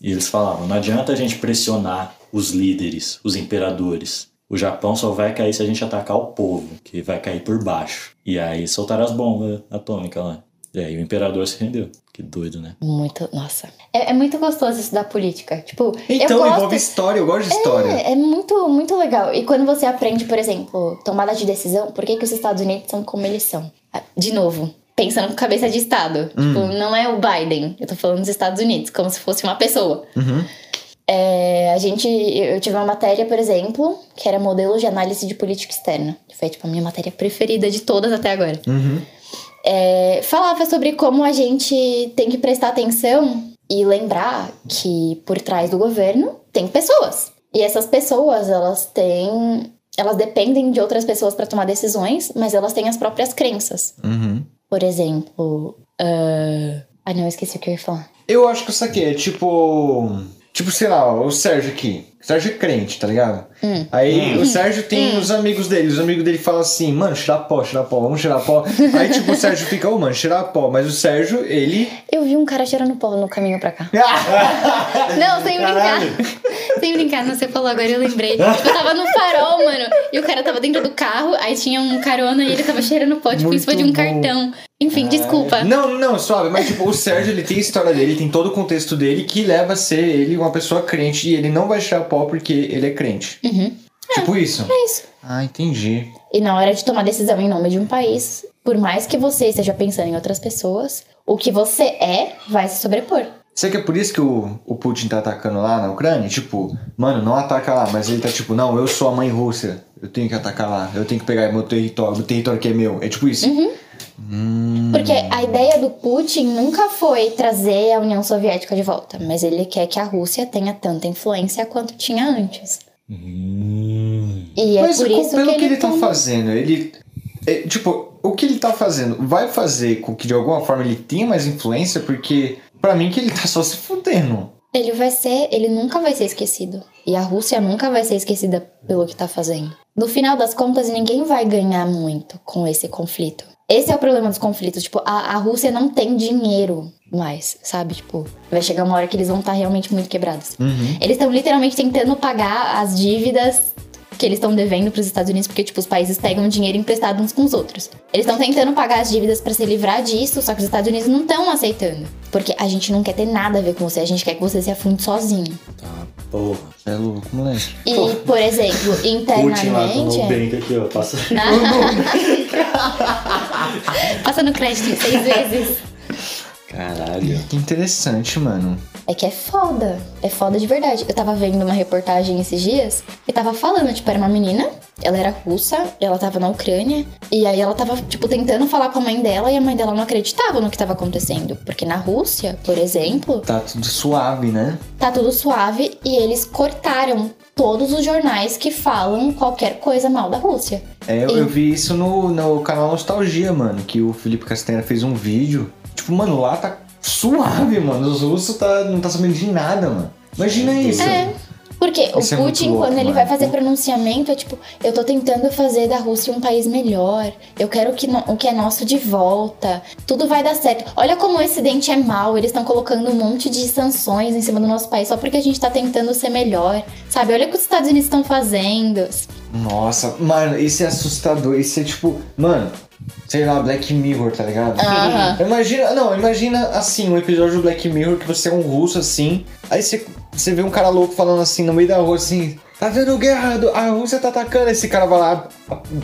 A: E eles falavam: não adianta a gente pressionar os líderes, os imperadores. O Japão só vai cair se a gente atacar o povo, que vai cair por baixo. E aí soltaram as bombas atômicas lá. E aí o imperador se rendeu. Que doido, né?
C: Muito. Nossa. É, é muito gostoso estudar política. Tipo, eu
B: Então,
C: gosto...
B: envolve história, eu gosto de história.
C: É, é muito, muito legal. E quando você aprende, por exemplo, tomada de decisão, por que, que os Estados Unidos são como eles são? Ah, De novo, pensando com cabeça de
B: Uhum,
C: Estado. Tipo, não é o Biden. Eu tô falando dos Estados Unidos, como se fosse uma pessoa. É, a gente, eu tive uma matéria, por exemplo, que era modelo de análise de política externa. Que foi tipo a minha matéria preferida de todas até agora.
B: Uhum.
C: É, falava sobre como a gente tem que prestar atenção e lembrar que por trás do governo tem pessoas. E essas pessoas, elas têm. Elas dependem de outras pessoas para tomar decisões, mas elas têm as próprias crenças.
B: Uhum.
C: Por exemplo. ah, Ah, não, eu esqueci o que eu ia falar.
B: Eu acho que isso aqui é tipo. Tipo, sei lá, o Sérgio aqui. O Sérgio é crente, tá ligado?
C: Hum.
B: Aí o Sérgio tem os amigos dele. Os amigos dele falam assim, mano, tirar pó, tirar pó, vamos tirar
C: (laughs)
B: pó. Aí, tipo, o Sérgio fica, ô, mano, tirar pó. Mas o Sérgio, ele.
C: Eu vi um cara cheirando pó no caminho
B: (laughs)
C: pra cá. Não, (laughs) sem brincar.
A: Caralho.
C: Sem brincar, não, você falou agora, eu lembrei. Tipo, eu tava no farol, mano, e o cara tava dentro do carro, aí tinha um carona e ele tava cheirando pó, tipo, em
B: Muito
C: cima de um
B: bom.
C: cartão. Enfim, desculpa.
B: Não, não, suave, mas tipo, o Sérgio ele tem a história dele, tem todo o contexto dele que leva a ser ele uma pessoa crente e ele não vai tirar pó porque ele é crente.
C: Uhum.
B: Tipo isso.
C: É isso.
B: Ah, entendi.
C: E na hora de tomar decisão em nome de um país, por mais que você esteja pensando em outras pessoas, o que você é vai se sobrepor.
B: Será que é por isso que o, o Putin tá atacando lá na Ucrânia? Tipo, mano, não ataca lá, mas ele tá tipo, não, eu sou a mãe russa, eu tenho que atacar lá, eu tenho que pegar meu território, o território que é meu. É tipo isso.
C: Uhum.
B: Hum.
C: Porque a ideia do Putin nunca foi trazer a União Soviética de volta, mas ele quer que a Rússia tenha tanta influência quanto tinha antes.
A: Hum.
C: E é
B: Mas
C: por
B: com-
C: isso
B: pelo
C: que ele,
B: tá
C: tem-
B: fazendo, ele. é, tipo, o que ele tá fazendo vai fazer com que de alguma forma ele tenha mais influência, porque pra mim que ele tá só se fudendo.
C: Ele vai ser, ele nunca vai ser esquecido. E a Rússia nunca vai ser esquecida pelo que tá fazendo. No final das contas, ninguém vai ganhar muito com esse conflito. Esse é o problema dos conflitos. Tipo, a, a Rússia não tem dinheiro mais, sabe? Tipo, vai chegar uma hora que eles vão estar realmente muito quebrados. Eles estão literalmente tentando pagar as dívidas que eles estão devendo pros Estados Unidos, porque, tipo, os países pegam dinheiro emprestado uns com os outros. Eles estão tentando pagar as dívidas pra se livrar disso, só que os Estados Unidos não estão aceitando. Porque a gente não quer ter nada a ver com você, a gente quer que você se afunde sozinho.
A: Tá, porra.
B: Você é louco, moleque.
C: E, por exemplo,
A: Putin lá com o
C: internamente.
A: Nubank aqui, ó. Passa...
C: Passando crédito em seis vezes.
A: Caralho.
B: Que interessante, mano.
C: É que é foda. É foda de verdade. Eu tava vendo uma reportagem esses dias e tava falando, tipo, era uma menina, ela era russa, ela tava na Ucrânia, e aí ela tava, tipo, tentando falar com a mãe dela e a mãe dela não acreditava no que tava acontecendo. Porque na Rússia, por exemplo,
B: Tá tudo suave, né?
C: tá tudo suave e eles cortaram todos os jornais que falam qualquer coisa mal da Rússia.
B: É, eu,
C: Sim.
B: eu vi isso no, no canal Nostalgia, mano, que o Felipe Castanheira fez um vídeo. Tipo, mano, lá tá suave, mano. Os russos tá, não tá sabendo de nada, mano. Imagina isso.
C: É. Porque
B: Isso é
C: o
B: muito
C: Putin,
B: louco,
C: quando ele
B: mano.
C: vai fazer pronunciamento, é tipo, eu tô tentando fazer da Rússia um país melhor, eu quero que no- o que é nosso de volta, tudo vai dar certo. Olha como o Ocidente é mau, eles estão colocando um monte de sanções em cima do nosso país só porque a gente tá tentando ser melhor, sabe? Olha o que os Estados Unidos estão fazendo.
B: Nossa, mano, isso é assustador. Isso é tipo, mano, sei lá, Black Mirror, tá ligado?
C: Aham.
B: Imagina, não, imagina assim, um episódio do Black Mirror que você é um russo assim, aí você, você vê um cara louco falando assim no meio da rua assim. Tá vendo guerra? do- A Rússia tá atacando. Esse cara vai lá,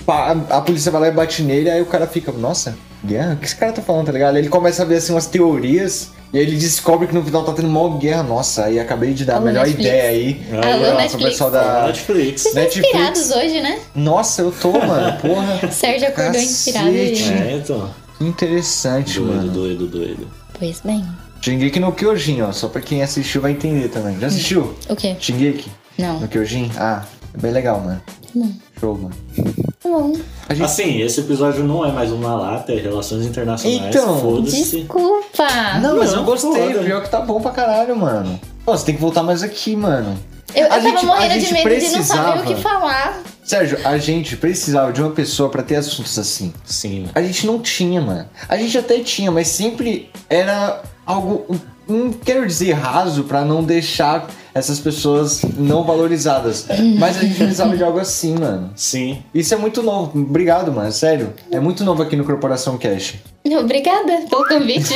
B: a, a- a polícia vai lá e bate nele. Aí o cara fica, nossa, guerra? O que esse cara tá falando, tá ligado? Aí Ele começa a ver assim umas teorias. E aí ele descobre que no final tá tendo mó guerra. Nossa, aí acabei de dar a
C: Alô,
B: melhor
C: Netflix.
B: ideia aí.
A: Alô,
B: Nossa,
C: Netflix.
B: o pessoal
A: Da...
B: da
A: Tá. Netflix.
B: Netflix.
C: Inspirados hoje, né?
B: Nossa, eu tô,
A: (laughs)
B: mano. Porra.
C: Sérgio acordou
B: Cacete.
C: inspirado. Gente.
A: É, então.
B: Que interessante,
A: Doido,
B: mano.
A: doido, doido.
C: Pois bem,
B: Shingeki no Kyojin, ó. Só pra quem assistiu vai entender também. Já assistiu?
C: o quê?
B: Shingeki
C: Não.
B: no Kyojin? Ah, é bem legal, mano.
C: Hum.
B: Show, mano.
C: Bom,
B: A gente...
A: Assim, esse episódio não é mais uma lata, é relações internacionais.
B: Então,
A: foda-se.
C: desculpa.
B: Não, mas
A: Ah,
B: eu
A: Não,
B: gostei.
A: foda.
B: Pior que tá bom pra caralho, mano. Pô, você tem que voltar mais aqui, mano.
C: Eu, eu
B: a
C: tava
B: gente- a
C: morrendo de
B: gente
C: medo de não saber
B: precisava.
C: o que falar.
B: Sérgio, a gente precisava de uma pessoa pra ter assuntos assim.
A: Sim, mano.
B: A gente não tinha, mano. A gente até tinha, mas sempre era algo. Não quero dizer raso pra não deixar essas pessoas não valorizadas. Mas a gente precisava de algo assim, mano.
A: Sim.
B: Isso é muito novo. Obrigado, mano. Sério. É muito novo aqui no Corporação Cash.
C: Obrigada pelo convite.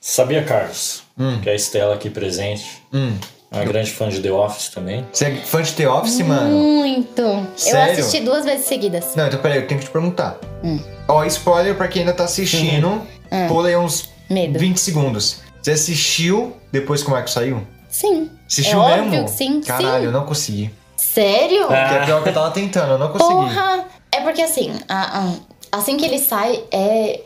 A: Sabia, Carlos,
B: Hum.
A: que a Estela aqui presente
B: Hum.
A: é uma grande fã de The Office também.
B: Você é fã de The Office,
C: Hum.
B: mano?
C: Muito. Eu
B: Sério?
C: assisti duas vezes seguidas.
B: Não, então peraí, eu tenho que te perguntar.
C: Hum.
B: Ó, spoiler pra quem ainda tá assistindo. Pulei uns
C: É. Medo.
B: 20 segundos. Você assistiu depois é que o Marco saiu?
C: Sim.
B: Assistiu
C: É
B: mesmo?
C: óbvio que sim,
B: Caralho,
C: sim.
B: eu não consegui.
C: Sério?
A: Ah,
B: Porque é pior que eu tava tentando, eu não consegui.
C: Porra! É porque assim, a- a- assim que ele sai, é.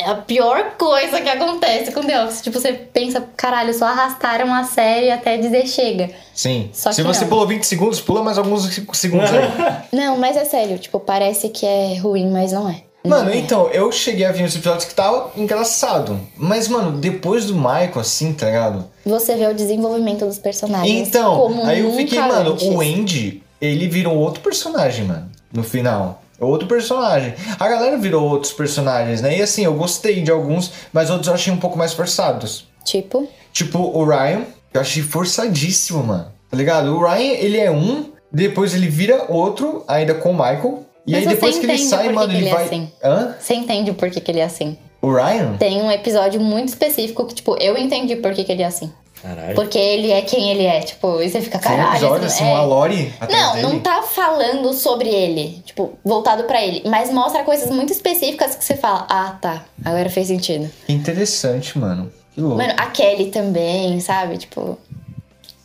C: É a pior coisa que acontece com The Office. Tipo, você pensa, caralho, só arrastaram a série até dizer chega.
B: Sim.
C: Só
B: Se
C: que
B: você
C: não.
B: pulou 20 segundos, pula mais alguns segundos aí.
C: Não, mas é sério, tipo, parece que é ruim, mas não é.
B: (laughs) Mano,
C: Não é.
B: então, eu cheguei a ver uns episódios que tava engraçado. Mas, mano, depois do Michael, assim, tá ligado?
C: Você vê o desenvolvimento dos personagens.
B: Então,
C: Ah, como um
B: aí eu fiquei,
C: nunca
B: mano,
C: antes.
B: o Andy, ele virou outro personagem, mano, no final. Outro personagem. A galera virou outros personagens, né? E assim, eu gostei de alguns, mas outros eu achei um pouco mais forçados.
C: Tipo,
B: Tipo, o Ryan, eu achei forçadíssimo, mano. Tá ligado? O Ryan, ele é um, depois ele vira outro, ainda com o Michael. E
C: Mas
B: aí
C: você
B: depois que ele
C: entende
B: sai,
C: por que
B: mano,
C: que
B: ele,
C: ele é
B: vai.
C: assim.
B: Hã?
C: você entende por que, que ele é assim.
B: O Ryan?
C: Tem um episódio muito específico que, tipo, eu entendi por que, que ele é assim.
A: Caralho.
C: Porque ele é quem ele é, tipo, e você fica,
B: Tem um
C: caralho.
B: episódio,
C: esse-
B: assim,
C: é.
B: uma Lori atrás
C: Não,
B: dele.
C: não tá falando sobre ele, tipo, voltado pra ele, mas mostra coisas muito específicas que você fala, ah, tá, agora fez sentido.
B: Que interessante, mano. Que louco.
C: Mano, a Kelly também, sabe? Tipo,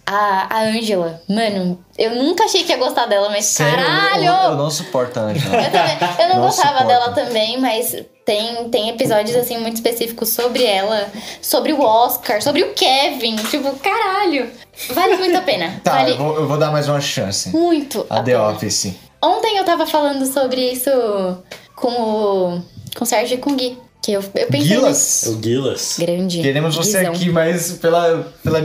C: a, a Angela, mano, eu nunca achei que ia gostar dela, mas
B: Sério, eu-
C: caralho!
B: Eu, eu não suporto a Angela.
C: Eu também- eu não
B: Não
C: gostava
B: suporto.
C: dela também, mas tem, tem episódios, assim, muito específicos sobre ela, sobre o Oscar, sobre o Kevin. Tipo, caralho. Vale muito a pena.
B: Tá,
C: vale
B: eu vou, eu vou dar mais uma chance.
C: muito a,
B: A The
C: pena.
B: Office.
C: Ontem eu tava falando sobre isso com o, com o Sérgio e com o Gui. Que eu, eu pensei...
B: Gilas,
A: O Gillas.
C: nesse- Grande.
B: queremos você
C: Guizão.
B: aqui, mas pela, pela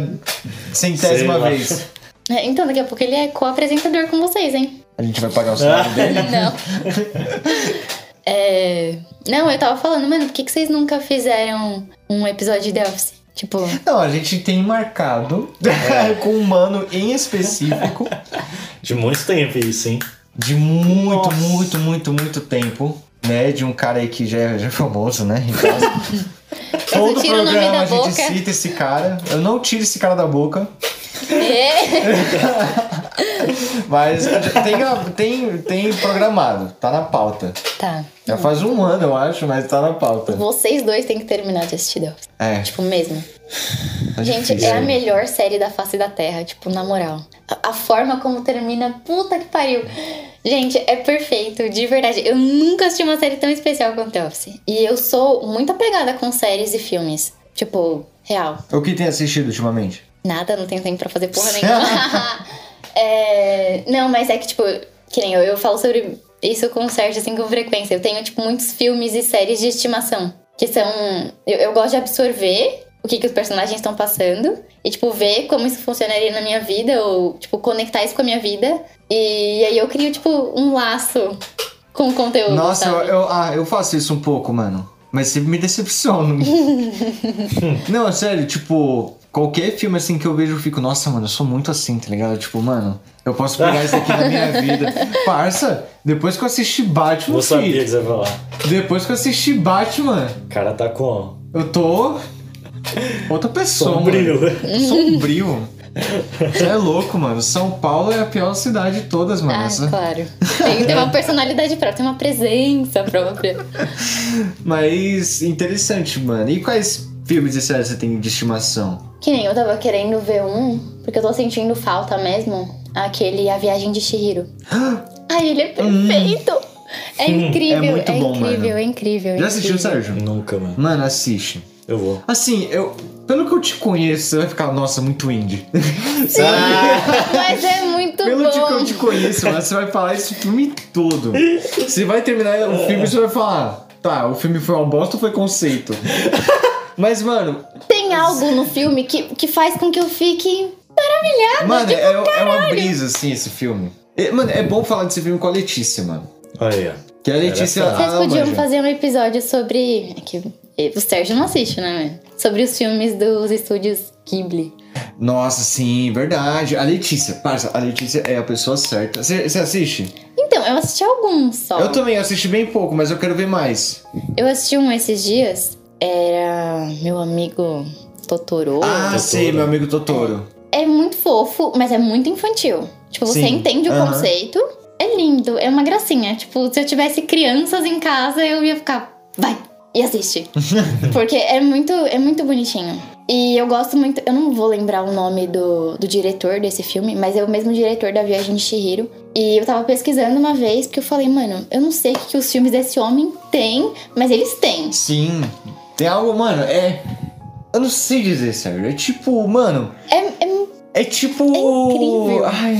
B: centésima
A: Sei lá.
B: vez.
C: É, Então, daqui a pouco ele é co-apresentador com vocês, hein?
B: (laughs) A gente vai pagar o salário (laughs) dele.
C: Não. É, Não, eu tava falando, mano, por que, que vocês nunca fizeram um episódio de The Office?
B: (laughs)
C: Tipo, (laughs)
B: Não, Então, a gente tem marcado (laughs)
C: É.
B: com um mano em específico
A: De muito tempo isso, hein?
B: de muito,
A: Nossa.
B: muito, muito, muito tempo. Né, de um cara aí que já é, já é famoso, né?
C: (laughs)
B: Então, todo
C: tira o nome
B: programa
C: da
B: a gente
C: boca.
B: cita esse cara. Eu não tiro esse cara da boca.
C: é,
B: Mas tem, gra- tem, tem programado, tá na pauta.
C: tá.
B: Já faz um ano, eu acho, mas tá na pauta.
C: Vocês dois têm que terminar de assistir The Office.
B: É,
C: Tipo, mesmo.
B: tá
C: Gente,
B: difícil.
C: é a melhor série da face da Terra, tipo, na moral. A, a forma como termina, puta que pariu. Gente, é perfeito, de verdade. Eu nunca assisti uma série tão especial quanto The Office. E eu sou muito apegada com séries e filmes. Tipo, real.
B: O que tem assistido ultimamente?
C: Nada, não tenho tempo pra
B: (laughs)
C: fazer porra nenhuma. É, não, mas é que, tipo, que nem eu, eu falo sobre isso com o Sérgio, assim, com frequência. Eu tenho, tipo, muitos filmes e séries de estimação. Que são. Eu, eu gosto de absorver o que, que os personagens estão passando. E, tipo, ver como isso funcionaria na minha vida. Ou, tipo, conectar isso com a minha vida. E aí eu crio, tipo, um laço com o conteúdo.
B: Nossa, eu,
C: sabe?
B: eu- ah, eu faço isso um pouco, mano. Mas sempre me decepciono. não, sério, tipo, qualquer filme assim que eu vejo, eu fico, nossa, mano, eu sou muito assim, tá ligado? Tipo, mano, eu posso pegar isso aqui na minha vida. Parça, depois que eu assisti Batman,
A: Não sabia
B: filho,
A: que você ia falar.
B: depois que eu assisti Batman,
A: O cara tá com
B: eu tô. Outra pessoa, mano.
A: sombrio.
B: Sombrio. Você é louco, mano. São Paulo é a pior cidade de todas, mano.
C: Ah,
B: Essa-
C: claro. Tem que ter
B: (laughs)
C: uma personalidade própria, tem uma presença própria.
B: Mas interessante, mano. E quais filmes e séries você tem de estimação?
C: Que nem eu tava querendo ver um, porque eu tô sentindo falta mesmo. Aquele A Viagem de
B: (gasps)
C: Shihiro. Ai, ele é perfeito! É incrível,
B: é muito bom,
C: incrível,
B: mano.
C: é incrível.
B: Já assistiu, Sérgio?
A: (laughs) Nunca, mano.
B: Mano, assiste.
A: Eu vou.
B: Assim, eu. Pelo que eu te conheço, você vai ficar, nossa, muito indie. (laughs) Ah,
C: Mas é muito
B: Pelo que eu
C: bom.
B: te conheço, mano, você vai falar esse filme todo. Você vai terminar o filme e você vai falar, tá, o filme foi uma bosta ou foi conceito?
C: (laughs)
B: Mas, mano,
C: Tem algo no filme que, que faz com que eu fique maravilhada.
B: mano, é, é uma brisa, assim, esse filme. E, mano, é bom falar desse filme com a Letícia, mano.
A: Olha aí, ó.
B: Que a Letícia.
A: Era
C: Vocês
B: ela
C: podiam
B: Ah, manja.
C: fazer um episódio sobre. é que o Sérgio não assiste, né? mas Sobre os filmes dos estúdios Ghibli.
B: Nossa, sim, verdade. A Letícia, parça, a Letícia é a pessoa certa. Você você assiste?
C: Então, eu assisti alguns só.
B: Eu também assisti bem pouco, mas eu quero ver mais.
C: Eu assisti um esses dias, era meu amigo Totoro.
B: ah,
A: Totoro.
B: sei, meu amigo Totoro.
C: É muito fofo, mas é muito infantil. Tipo, você
B: Sim,
C: entende o
B: aham.
C: conceito. É lindo, é uma gracinha. Tipo, se eu tivesse crianças
B: (laughs)
C: em casa, eu ia ficar, vai e assiste. Porque é muito, é muito bonitinho. E eu gosto muito, eu não vou lembrar o nome do, do diretor desse filme, mas é o mesmo diretor da Viagem de Shihiro. E eu tava pesquisando uma vez, porque eu falei, mano, eu não sei o que, que os filmes desse homem têm, mas eles têm.
B: Sim. Tem algo, mano, é. Eu não sei dizer, sério. É tipo, mano.
C: É, é-
B: É tipo.
C: incrível.
B: Ai,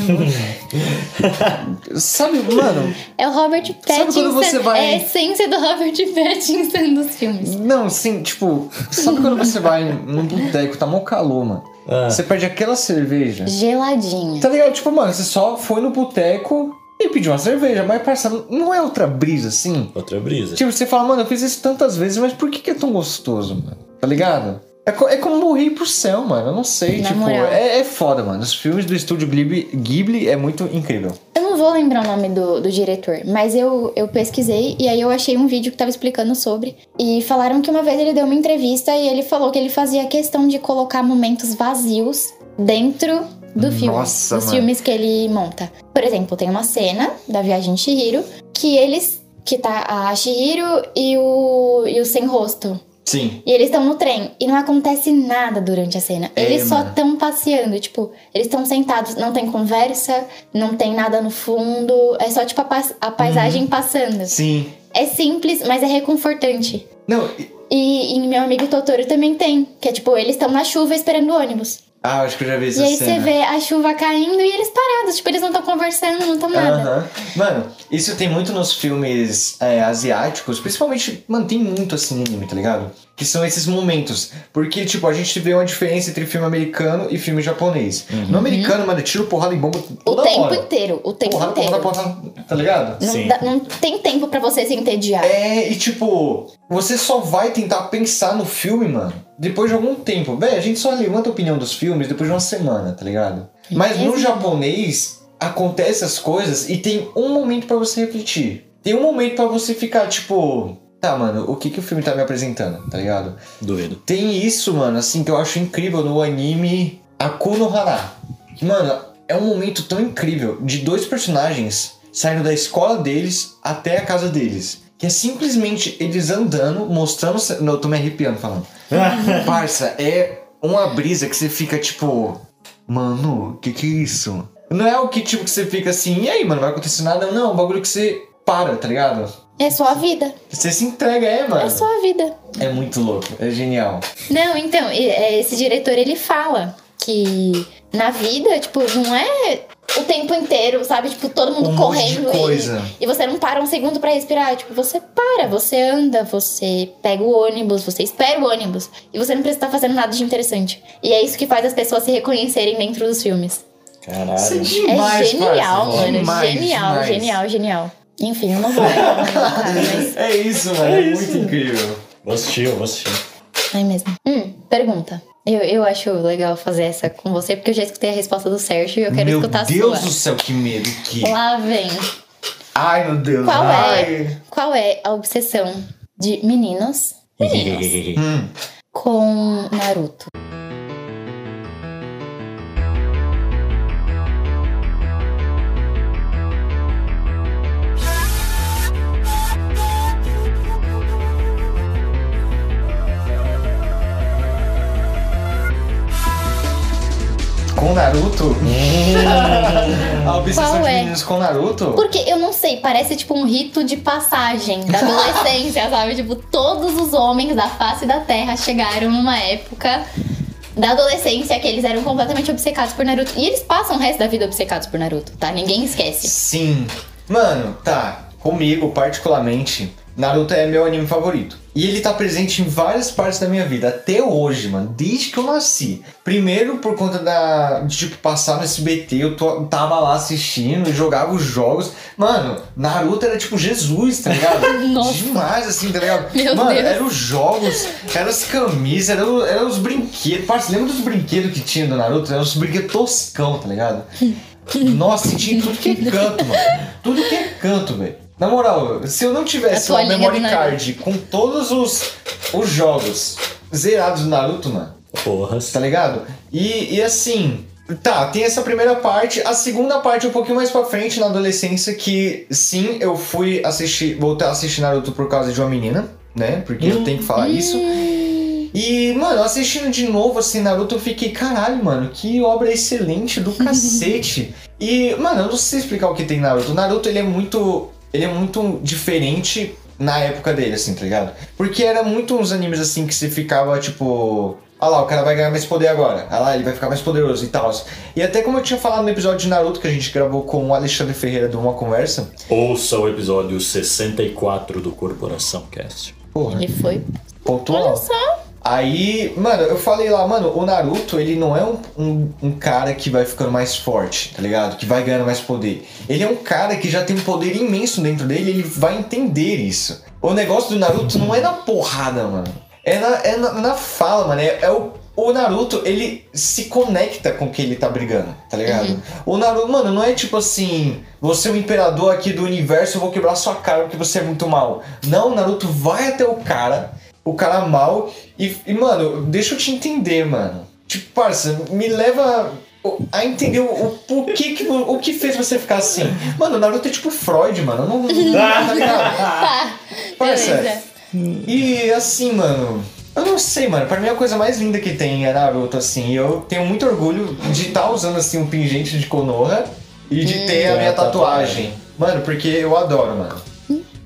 B: mano. Sabe, mano.
C: é o Robert Pattinson.
B: Sabe quando você vai-
C: É a essência do Robert Pattinson dos filmes.
B: Não, sim, tipo. Sabe quando você vai num boteco, tá mó calor, mano.
A: Ah.
B: Você pede aquela cerveja.
C: Geladinha.
B: Tá ligado? Tipo, mano, você só foi no boteco e pediu uma cerveja. Mas, parça, não é outra brisa assim?
A: Outra brisa.
B: Tipo, você fala, mano, eu fiz isso tantas vezes, mas por que, que é tão gostoso, mano? Tá ligado? É, co- é como morrer pro céu, mano. Eu não sei.
C: Na
B: tipo,
C: moral.
B: é, é foda, mano. Os filmes do estúdio Ghibli, Ghibli é muito incrível.
C: Eu não vou lembrar o nome do, do diretor, mas eu, eu pesquisei e aí eu achei um vídeo que tava explicando sobre. E falaram que uma vez ele deu uma entrevista e ele falou que ele fazia questão de colocar momentos vazios dentro do filme.
B: Nossa,
C: dos
B: mano.
C: filmes que ele monta. Por exemplo, tem uma cena da Viagem de Shihiro que eles. Que tá a Shihiro e o, e o Sem Rosto.
B: Sim.
C: E eles estão no trem e não acontece nada durante a cena.
B: É,
C: eles só
B: mano.
C: estão passeando, tipo, eles estão sentados, não tem conversa, não tem nada no fundo, é só tipo a, pais-
B: Uhum.
C: a paisagem passando.
B: Sim.
C: É simples, mas é reconfortante.
B: Não, e-
C: E, e meu amigo Totoro também tem, que é tipo, eles estão na chuva esperando o ônibus.
B: ah, acho que eu já vi
C: E
B: essa
C: aí
B: cena.
C: você vê a chuva caindo e eles parados, tipo, eles não estão conversando, não estão nada.
B: Aham. Mano, isso tem muito nos filmes é, asiáticos, principalmente, mano, tem muito assim no anime, tá ligado? Que são esses momentos. Porque, tipo, a gente vê uma diferença entre filme americano e filme japonês. No americano, mano, tiro porrada e bomba
C: Uhum. O
B: toda
C: tempo
B: hora.
C: inteiro, o tempo
B: porrada,
C: inteiro.
B: porrada, porrada, tá ligado?
C: Não,
A: Sim.
C: dá- não tem tempo pra você se entediar.
B: É, e tipo, você só vai tentar pensar no filme, mano, depois de algum tempo. Véi, a gente só levanta a opinião dos filmes depois de uma semana, tá ligado? Mas no
C: Mesmo?
B: japonês, acontece as coisas e tem um momento pra você refletir. Tem um momento pra você ficar, tipo, tá, mano, o que, que o filme tá me apresentando, tá ligado?
A: Doido.
B: Tem isso, mano, assim, que eu acho incrível no anime Akuno Hana. Mano, é um momento tão incrível de dois personagens saindo da escola deles até a casa deles. Que é simplesmente eles andando, mostrando. Não, eu tô me arrepiando falando. Parça, é uma brisa que você fica tipo. Mano, que que é isso? Não é o que tipo que você fica assim, e aí, mano, vai acontecer nada? Não, é um bagulho que você para, tá ligado?
C: É só a vida.
B: Você se entrega, é, mano.
C: É só a vida.
B: É muito louco, é genial.
C: Não, então, e- é, esse diretor ele fala que na vida, tipo, não é o tempo inteiro, sabe? Tipo, todo mundo
B: Um monte de
C: correndo e-
B: coisa.
C: E, você não para um segundo pra respirar. Tipo, você para, você anda, você pega o ônibus, você espera o ônibus. E você não precisa estar fazendo nada de interessante. E é isso que faz as pessoas se reconhecerem dentro dos filmes.
B: Isso é
A: Caralho.
C: é
B: demais,
C: genial,
B: parça.
C: mano.
B: Demais,
C: genial,
B: demais.
C: genial, genial. Enfim, eu não vou. (laughs) mas...
B: É isso, mano. É, muito incrível.
A: Vou assistir, eu vou
B: (laughs)
A: assistir.
C: Não é mesmo? Hum, pergunta. Eu, eu acho legal fazer essa com você, porque eu já escutei a resposta do Sérgio e eu quero
B: meu
C: escutar
B: Deus
C: a
B: do
C: sua.
B: céu, que medo que.
C: Lá vem.
B: Ai, meu Deus.
C: Qual
B: Ai.
C: é, qual é a obsessão de meninos
B: (laughs) Hum,
C: com Naruto?
B: com
C: (laughs)
B: Naruto? A obsessão
C: Qual
B: de
C: é?
B: meninos com Naruto?
C: Porque eu não sei, parece tipo um rito de passagem da adolescência, (laughs) sabe? Tipo, todos os homens da face da Terra chegaram numa época da adolescência que eles eram completamente obcecados por Naruto. E eles passam o resto da vida obcecados por Naruto, tá? Ninguém esquece.
B: Sim. Mano, tá. Comigo, particularmente, Naruto é meu anime favorito. E ele tá presente em várias partes da minha vida, até hoje, mano, desde que eu nasci. Primeiro por conta da. de tipo, passar no SBT, eu to- tava lá assistindo, jogava os jogos. Mano, Naruto era tipo Jesus, tá ligado?
C: (laughs) Nossa.
B: Demais, assim, tá ligado?
C: Meu
B: mano,
C: Deus.
B: eram os jogos, eram as camisas, eram, eram os brinquedos. Parça, lembra dos brinquedos que tinha do Naruto? Eram os brinquedos toscão, tá ligado? Nossa, e tinha em tudo que é canto, mano. Tudo que é canto, velho. Na moral, se eu não tivesse
C: A
B: uma
C: toalhinha
B: memory
C: do Naruto.
B: card com todos os, os jogos zerados do Naruto, mano,
A: Porras.
B: tá ligado? E, e assim, tá, tem essa primeira parte. A segunda parte, um pouquinho mais pra frente, na adolescência, que sim, eu fui
C: Hum.
B: assistir, voltar a assistir Naruto por causa de uma menina, né? Porque eu tenho que falar isso. E, mano, assistindo de novo, assim, Naruto, eu fiquei, caralho, mano, que obra excelente do cacete. e, mano, eu não sei explicar o que tem em Naruto. Naruto, ele é muito. Ele é muito diferente na época dele, assim, tá ligado? Porque era muito uns animes, assim, que você ficava, tipo. Ah lá, o cara vai ganhar mais poder agora. Ah lá, ele vai ficar mais poderoso e tal. E até como eu tinha falado no episódio de Naruto que a gente gravou com o Alexandre Ferreira do Uma Conversa.
A: Ouça o episódio 64 do Corporação Cast.
B: Porra,
C: Ele foi. Olha
B: pontual.
C: só.
B: Aí, mano, eu falei lá, mano, o Naruto, ele não é um, um, um cara que vai ficando mais forte, tá ligado? Que vai ganhando mais poder. Ele é um cara que já tem um poder imenso dentro dele ele vai entender isso. O negócio do Naruto não é na porrada, mano. É na, é na, na fala, mano. É, é o, o Naruto, ele se conecta com quem ele tá brigando, tá ligado? O Naruto, mano, não é tipo assim, você é o imperador aqui do universo, eu vou quebrar sua cara porque você é muito mal. Não, o Naruto vai até o cara o cara mal e, e, mano, deixa eu te entender, mano. Tipo, parça, me leva a entender o, o porquê que o que fez você ficar assim. Mano, o Naruto é tipo Freud, mano. Não, não tá é. ligado?
C: Tá.
B: Parça.
C: Beleza.
B: E assim, mano, eu não sei, mano. Pra mim a coisa mais linda que tem é Naruto, assim. E eu tenho muito orgulho de estar usando assim um pingente de Konoha e de
C: Hum.
B: ter a
A: É,
B: minha
A: a
B: tatuagem. Mano, porque eu adoro, mano.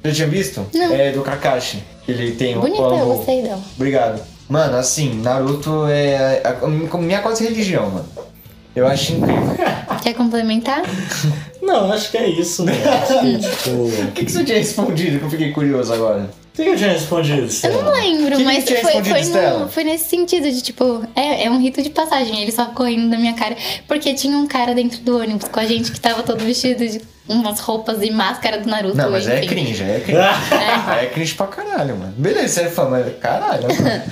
B: Já tinha visto?
C: Hum. Não.
B: É do Kakashi. que Ele tem um o
C: Bonita, eu
B: combo-
C: gostei dela.
B: Obrigado. Mano, assim, Naruto é a, a minha quase religião, mano. Eu acho incrível. (laughs)
C: Quer complementar?
A: Não, acho que é isso, né? Acho que, tipo.
B: O que, que você tinha respondido que eu fiquei curioso agora?
A: O que eu tinha respondido?
C: Eu não lembro,
B: Quem
C: mas
B: tinha
C: foi,
B: respondido,
C: foi,
B: Stella?
C: no, foi nesse sentido de tipo, é, é um rito de passagem, ele só ficou rindo da minha cara. Porque tinha um cara dentro do ônibus com a gente que tava todo vestido de umas roupas e máscara do Naruto.
B: Não, mas é
C: enfim.
B: cringe,
C: (laughs)
B: é cringe. é cringe pra caralho, mano. Beleza, você é fã, mas caralho,
C: (laughs)
B: mano.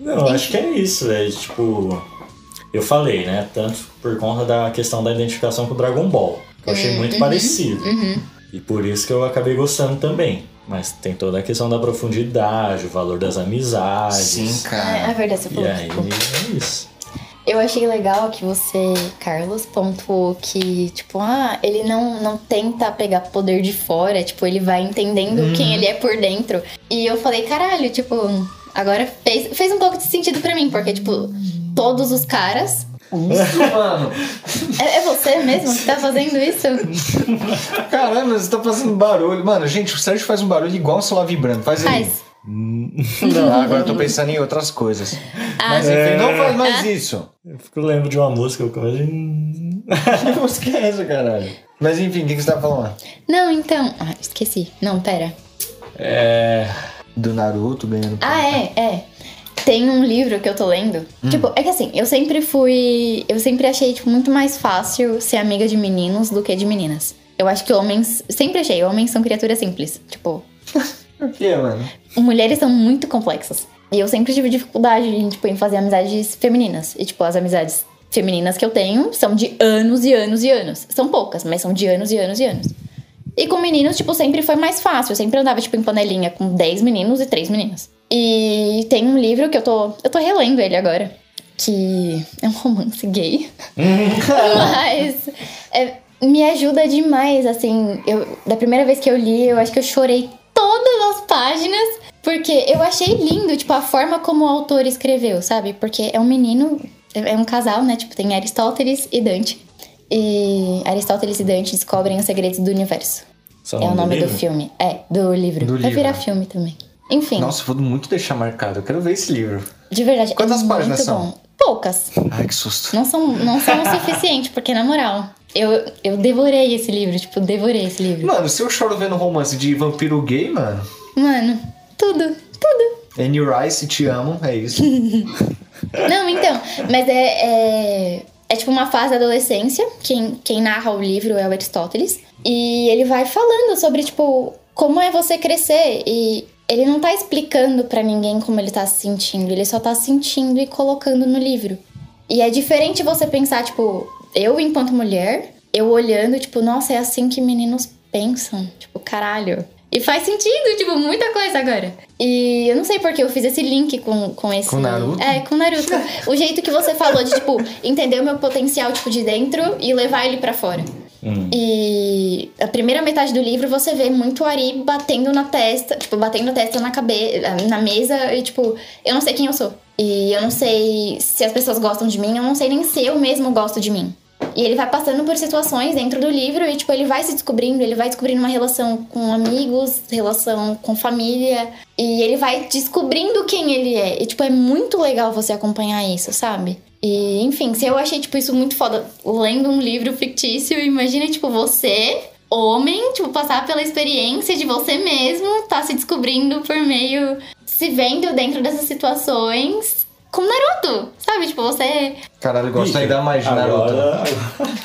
A: Não, acho que é isso, velho. Tipo, eu falei, né? Tanto por conta da questão da identificação com o Dragon Ball. Que eu achei
C: Hum, uhum,
A: muito parecido. E por isso que eu acabei gostando também. Mas tem toda a questão da profundidade, o valor das amizades.
B: Sim,
C: É, é
B: cara.
C: verdade, você
A: E
C: falou.
A: aí
C: tipo,
A: é isso.
C: Eu achei legal que você, Carlos, pontuou que, tipo, ah, ele não, não tenta pegar poder de fora, tipo, ele vai entendendo quem ele é por dentro. E eu falei, caralho, tipo, agora fez, fez um pouco de sentido pra mim, porque, tipo, todos os caras.
B: (laughs) Isso, mano.
C: É, é você mesmo que tá fazendo isso?
B: Caramba, você tá fazendo barulho. Mano, gente, o Sérgio faz um barulho igual o celular vibrando. Faz aí.
C: Faz.
B: Não, agora eu tô pensando em outras coisas.
C: Ah,
B: Mas é. enfim,
C: É.
B: não faz mais isso. (laughs)
A: Eu fico lembro de uma música, eu quase. Hum.
B: Que música é essa, caralho? Mas enfim, o que, que você tá falando?
C: Não, então. Ah, esqueci. Não, pera.
A: É.
B: Do Naruto ganhando.
C: Ah, é, é. Tem um livro que eu tô lendo. Tipo, é que assim, eu sempre fui. Eu sempre achei, tipo, muito mais fácil ser amiga de meninos do que de meninas. Eu acho que homens. Sempre achei, homens são criaturas simples. Tipo,
B: Por quê, mano?
C: mulheres são muito complexas. E eu sempre tive dificuldade em, tipo, em fazer amizades femininas. E, tipo, as amizades femininas que eu tenho são de anos e anos e anos. São poucas, mas são de anos e anos e anos. E com meninos, tipo, sempre foi mais fácil. Eu sempre andava, tipo, em panelinha com 10 meninos e 3 meninas. E tem um livro que eu tô. Eu tô relendo ele agora. Que é um romance gay. (laughs) Mas é, me ajuda demais, assim. Eu, da primeira vez que eu li, eu acho que eu chorei todas as páginas, porque eu achei lindo, tipo, a forma como o autor escreveu, sabe? Porque é um menino, é é um casal, né? Tipo, tem Aristóteles e Dante. E Aristóteles e Dante descobrem os segredos do universo.
A: Esse
C: é o nome do
A: livro?
C: filme. É, do livro.
B: um Do
C: Vai
B: livro.
C: virar filme também. Enfim,
B: Nossa, vou muito deixar marcado. Eu quero ver esse livro.
C: de verdade.
B: Quantas
C: é
B: páginas
C: muito
B: são?
C: Bom. Poucas.
B: Ai, que susto.
C: Não são, não são o suficiente, porque na moral, eu, eu devorei esse livro, tipo, devorei esse livro.
B: Mano, se eu choro vendo romance de vampiro gay, mano.
C: Mano, tudo, tudo.
B: Annie Rice, te amo, é isso.
C: Não, então, mas é, é, é tipo uma fase da adolescência. Quem, quem narra o livro é o Aristóteles. E ele vai falando sobre, tipo, como é você crescer. E ele não tá explicando pra ninguém como ele tá se sentindo. Ele só tá sentindo e colocando no livro. E é diferente você pensar, tipo, eu enquanto mulher, eu olhando, tipo, nossa, é assim que meninos pensam. Tipo, caralho. E faz sentido, tipo, muita coisa agora. E eu não sei porque eu fiz esse link com, com esse.
B: Com Naruto?
C: É, com Naruto. o jeito que você falou de, tipo, entender o meu potencial, tipo, de dentro e levar ele pra fora.
A: Hum.
C: E a primeira metade do livro você vê muito o Ari batendo na testa, tipo, batendo a testa na cabeça, na mesa e tipo, eu não sei quem eu sou. E eu não sei se as pessoas gostam de mim, eu não sei nem se eu mesmo gosto de mim. E ele vai passando por situações dentro do livro e, tipo, ele vai se descobrindo, ele vai descobrindo uma relação com amigos, relação com família. E ele vai descobrindo quem ele é. E, tipo, é muito legal você acompanhar isso, sabe? E, enfim, se eu achei, tipo, isso muito foda lendo um livro fictício, imagina, tipo, você, homem, tipo, passar pela experiência de você mesmo, tá se descobrindo por meio. se vendo dentro dessas situações. Como Naruto, sabe? Tipo, você
B: Caralho, gosto ainda mais de Naruto.
A: Agora,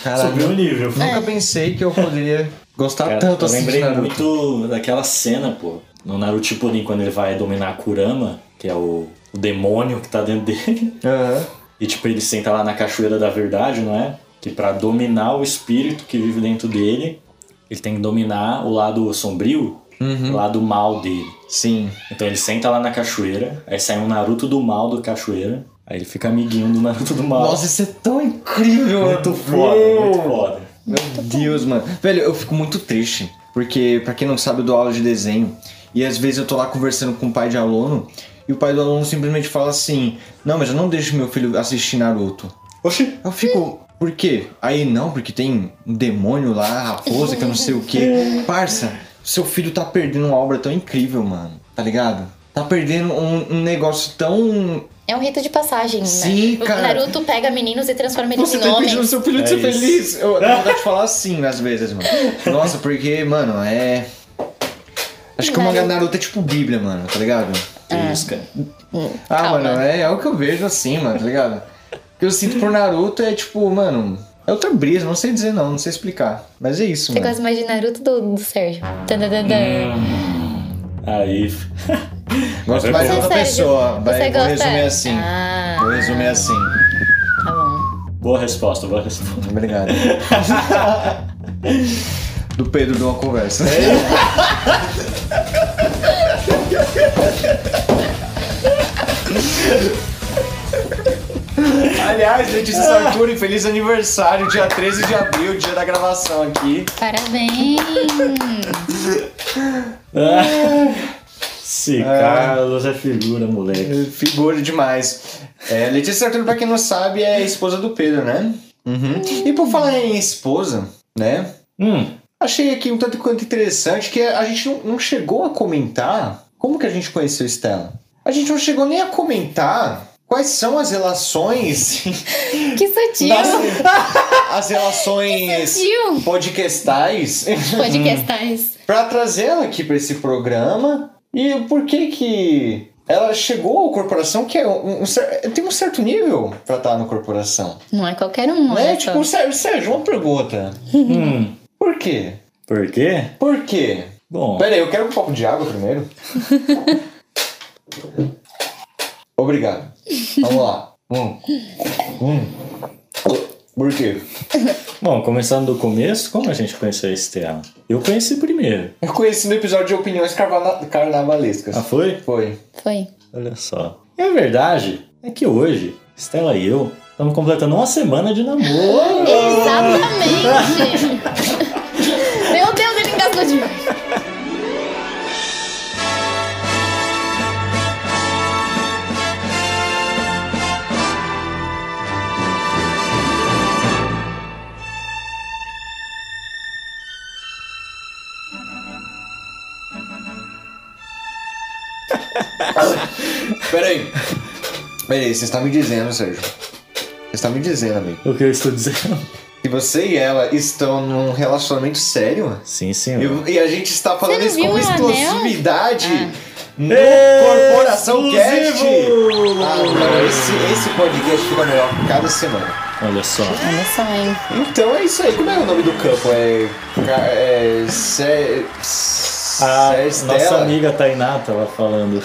B: Caralho.
A: subiu o nível.
B: Nunca pensei que eu poderia gostar
A: Cara, eu
B: tanto assim de
A: lembrei
B: Naruto.
A: muito daquela cena, pô, no Naruto Shippuden, quando ele vai dominar Kurama, que é o, o demônio que tá dentro dele. (laughs)
B: Aham.
A: E tipo, ele senta lá na cachoeira da verdade, não é? Que pra dominar o espírito que vive dentro dele, ele tem que dominar o lado sombrio,
B: Uhum.
A: o lado mal dele.
B: Sim.
A: Então ele senta lá na cachoeira, aí sai um Naruto do mal da cachoeira, aí ele fica amiguinho do Naruto do mal.
B: Nossa, isso é tão incrível, mano.
A: muito foda, muito foda.
B: Meu Deus, mano. Velho, eu fico muito triste, porque pra quem não sabe, eu dou aula de desenho e às vezes eu tô lá conversando com o pai de aluno e o pai do aluno simplesmente fala assim: "Não, mas eu não deixo meu filho assistir Naruto".
A: Oxi,
B: Eu fico, por quê? Aí não, porque tem um demônio lá, raposa, que eu não sei o quê. Parça, seu filho tá perdendo uma obra tão incrível, mano. Tá ligado? Tá perdendo um, um negócio tão.
C: É um rito de passagem,
B: Sim,
C: né?
B: cara.
C: O Naruto pega meninos e transforma eles
B: Você
C: em
B: tá
C: homens.
B: impedindo seu filho de
A: É
B: ser
A: isso.
B: feliz.
A: (laughs)
B: Eu tenho vontade de falar assim às vezes, mano. Nossa, porque, mano, é. Acho que o mangá
C: Naruto.
B: Naruto é tipo Bíblia, mano, tá ligado?
A: é. isso, cara.
C: Hum,
B: Ah,
C: calma.
B: mano, é, é o que eu vejo assim, mano, tá ligado? O que eu sinto por Naruto é tipo, mano, é outra brisa, não sei dizer não, não sei explicar. Mas é isso,
C: Você
B: mano.
C: gosta mais de Naruto do, do Sérgio? Tadadadã.
A: Aí.
B: Gosto
A: É
B: mais
A: bom.
B: de outra
C: Você, Sérgio,
B: pessoa. Vai,
C: você
B: vou
C: gosta?
B: resumir assim.
C: Ah.
B: Vou resumir assim.
C: Tá bom.
A: Boa resposta, boa resposta. (laughs)
B: (laughs) Obrigado. Do Pedro de uma conversa. Aliás, Letícia Sarturi, feliz aniversário, dia 13 de abril, dia da gravação aqui.
C: Parabéns.
A: Se Ah, Carlos é figura, moleque.
B: Figura demais. É, Letícia Sarturi, pra quem não sabe, é esposa do Pedro, né? Uhum. E por falar em esposa, né?
A: Hum,
B: Achei aqui um tanto quanto interessante que a gente não, não chegou a comentar como que a gente conheceu a Estela. A gente não chegou nem a comentar quais são as relações.
C: Que sutil.
B: das- as relações
C: Sutil.
B: podcastais
C: Podcastais.
B: pra trazer ela aqui pra esse programa e por que que ela chegou à corporação que é um, um cer- tem um certo nível pra estar na corporação
C: Não é qualquer um,
B: né
C: olha só.
B: tipo Sérgio, Sérgio uma pergunta
A: hum.
B: por quê
A: Por quê?
B: por quê
A: Bom,
B: Pera aí, eu quero um copo de água primeiro. Obrigado. Vamos lá. Hum. Hum. Por quê?
A: bom, começando do começo, como a gente conheceu a Estela? Eu conheci primeiro.
B: Eu conheci no episódio de opiniões carvana- carnavalescas.
A: Ah, foi?
B: Foi.
C: Foi.
A: Olha só. E a verdade é que hoje, Estela e eu estamos completando uma semana de
C: (laughs) um-
A: namoro.
C: Exatamente. Meu Deus, ele engasgou demais.
B: Pera aí. Pera aí, você está me dizendo, Sérgio. Você está me dizendo, amigo.
A: o que eu estou dizendo?
B: Que você e ela estão num relacionamento sério?
A: Sim,
B: E,
A: senhor.
B: e a gente está falando
C: não
B: isso
C: viu
B: com
C: o anel? Ah.
B: exclusividade no
A: Exclusivo!
B: Corporação Cast. Ah, não, esse, esse podcast fica melhor cada semana.
A: Olha só.
C: Olha só, hein.
B: Então é isso aí. Como é o nome do campo? É. Ca- É. Sé. Sé-
A: A
B: Stella?
A: Ah, nossa amiga Tainá tava falando.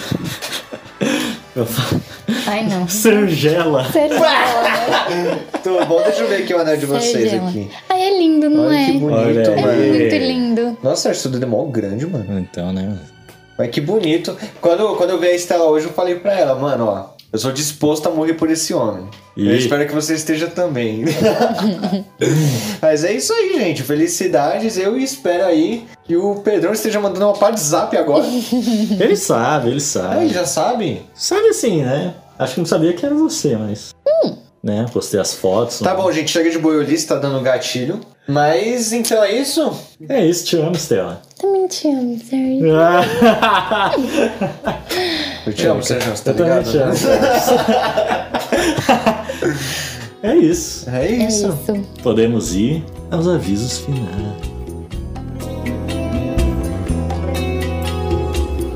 A: Eu falo,
C: Ai, não.
A: Sergela.
B: Tudo Então, bom? Deixa eu ver aqui o anel de vocês
C: Sergela.
B: aqui.
C: Ai, é lindo, não
B: Olha
C: é?
B: que bonito,
A: Olha aí.
C: É
B: mano.
C: muito lindo.
B: Nossa, isso tudo é mó grande, mano.
A: Então, né?
B: Mas que bonito. Quando, quando eu vi a Estela hoje, eu falei pra ela, mano, ó. Eu sou disposto a morrer por esse homem.
A: E-
B: Eu espero que você esteja também. (laughs) Mas é isso aí, gente. Felicidades. Eu espero aí que o Pedrão esteja mandando uma parte de zap agora.
A: Ele sabe, ele
B: ah,
A: sabe.
B: ele já sabe?
A: Sabe assim, né? Acho que não sabia que era você, mas. Né? Postei as fotos.
B: Tá bom, gente. Chega de boiolice, tá dando gatilho. Mas então é isso.
A: É isso, te amo,
B: (laughs)
A: Stella.
C: Também te amo, sorry.
B: Eu te amo, Sérgio. Você tá
A: Eu também
B: ligado?
A: te amo.
B: né?
A: (laughs) é isso.
B: (laughs) É
C: É isso.
B: isso.
A: Podemos ir aos avisos finais.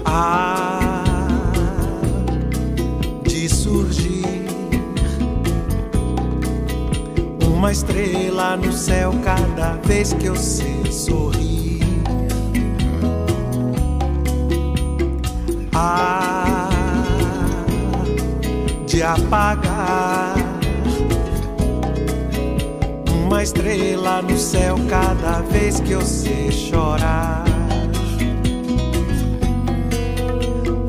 D: há de surgir uma estrela no céu cada vez que eu sei sorrir. Há de apagar uma estrela no céu cada vez que eu sei chorar.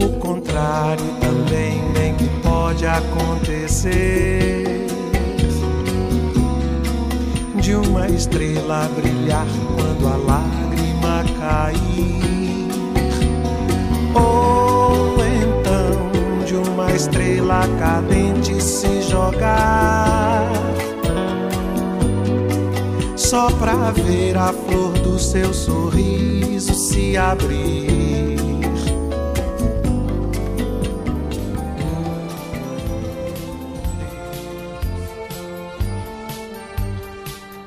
D: O contrário também bem que pode acontecer. De uma estrela brilhar quando a lágrima cair. Ou então de uma estrela cadente se jogar. Só pra ver a flor do seu sorriso se abrir.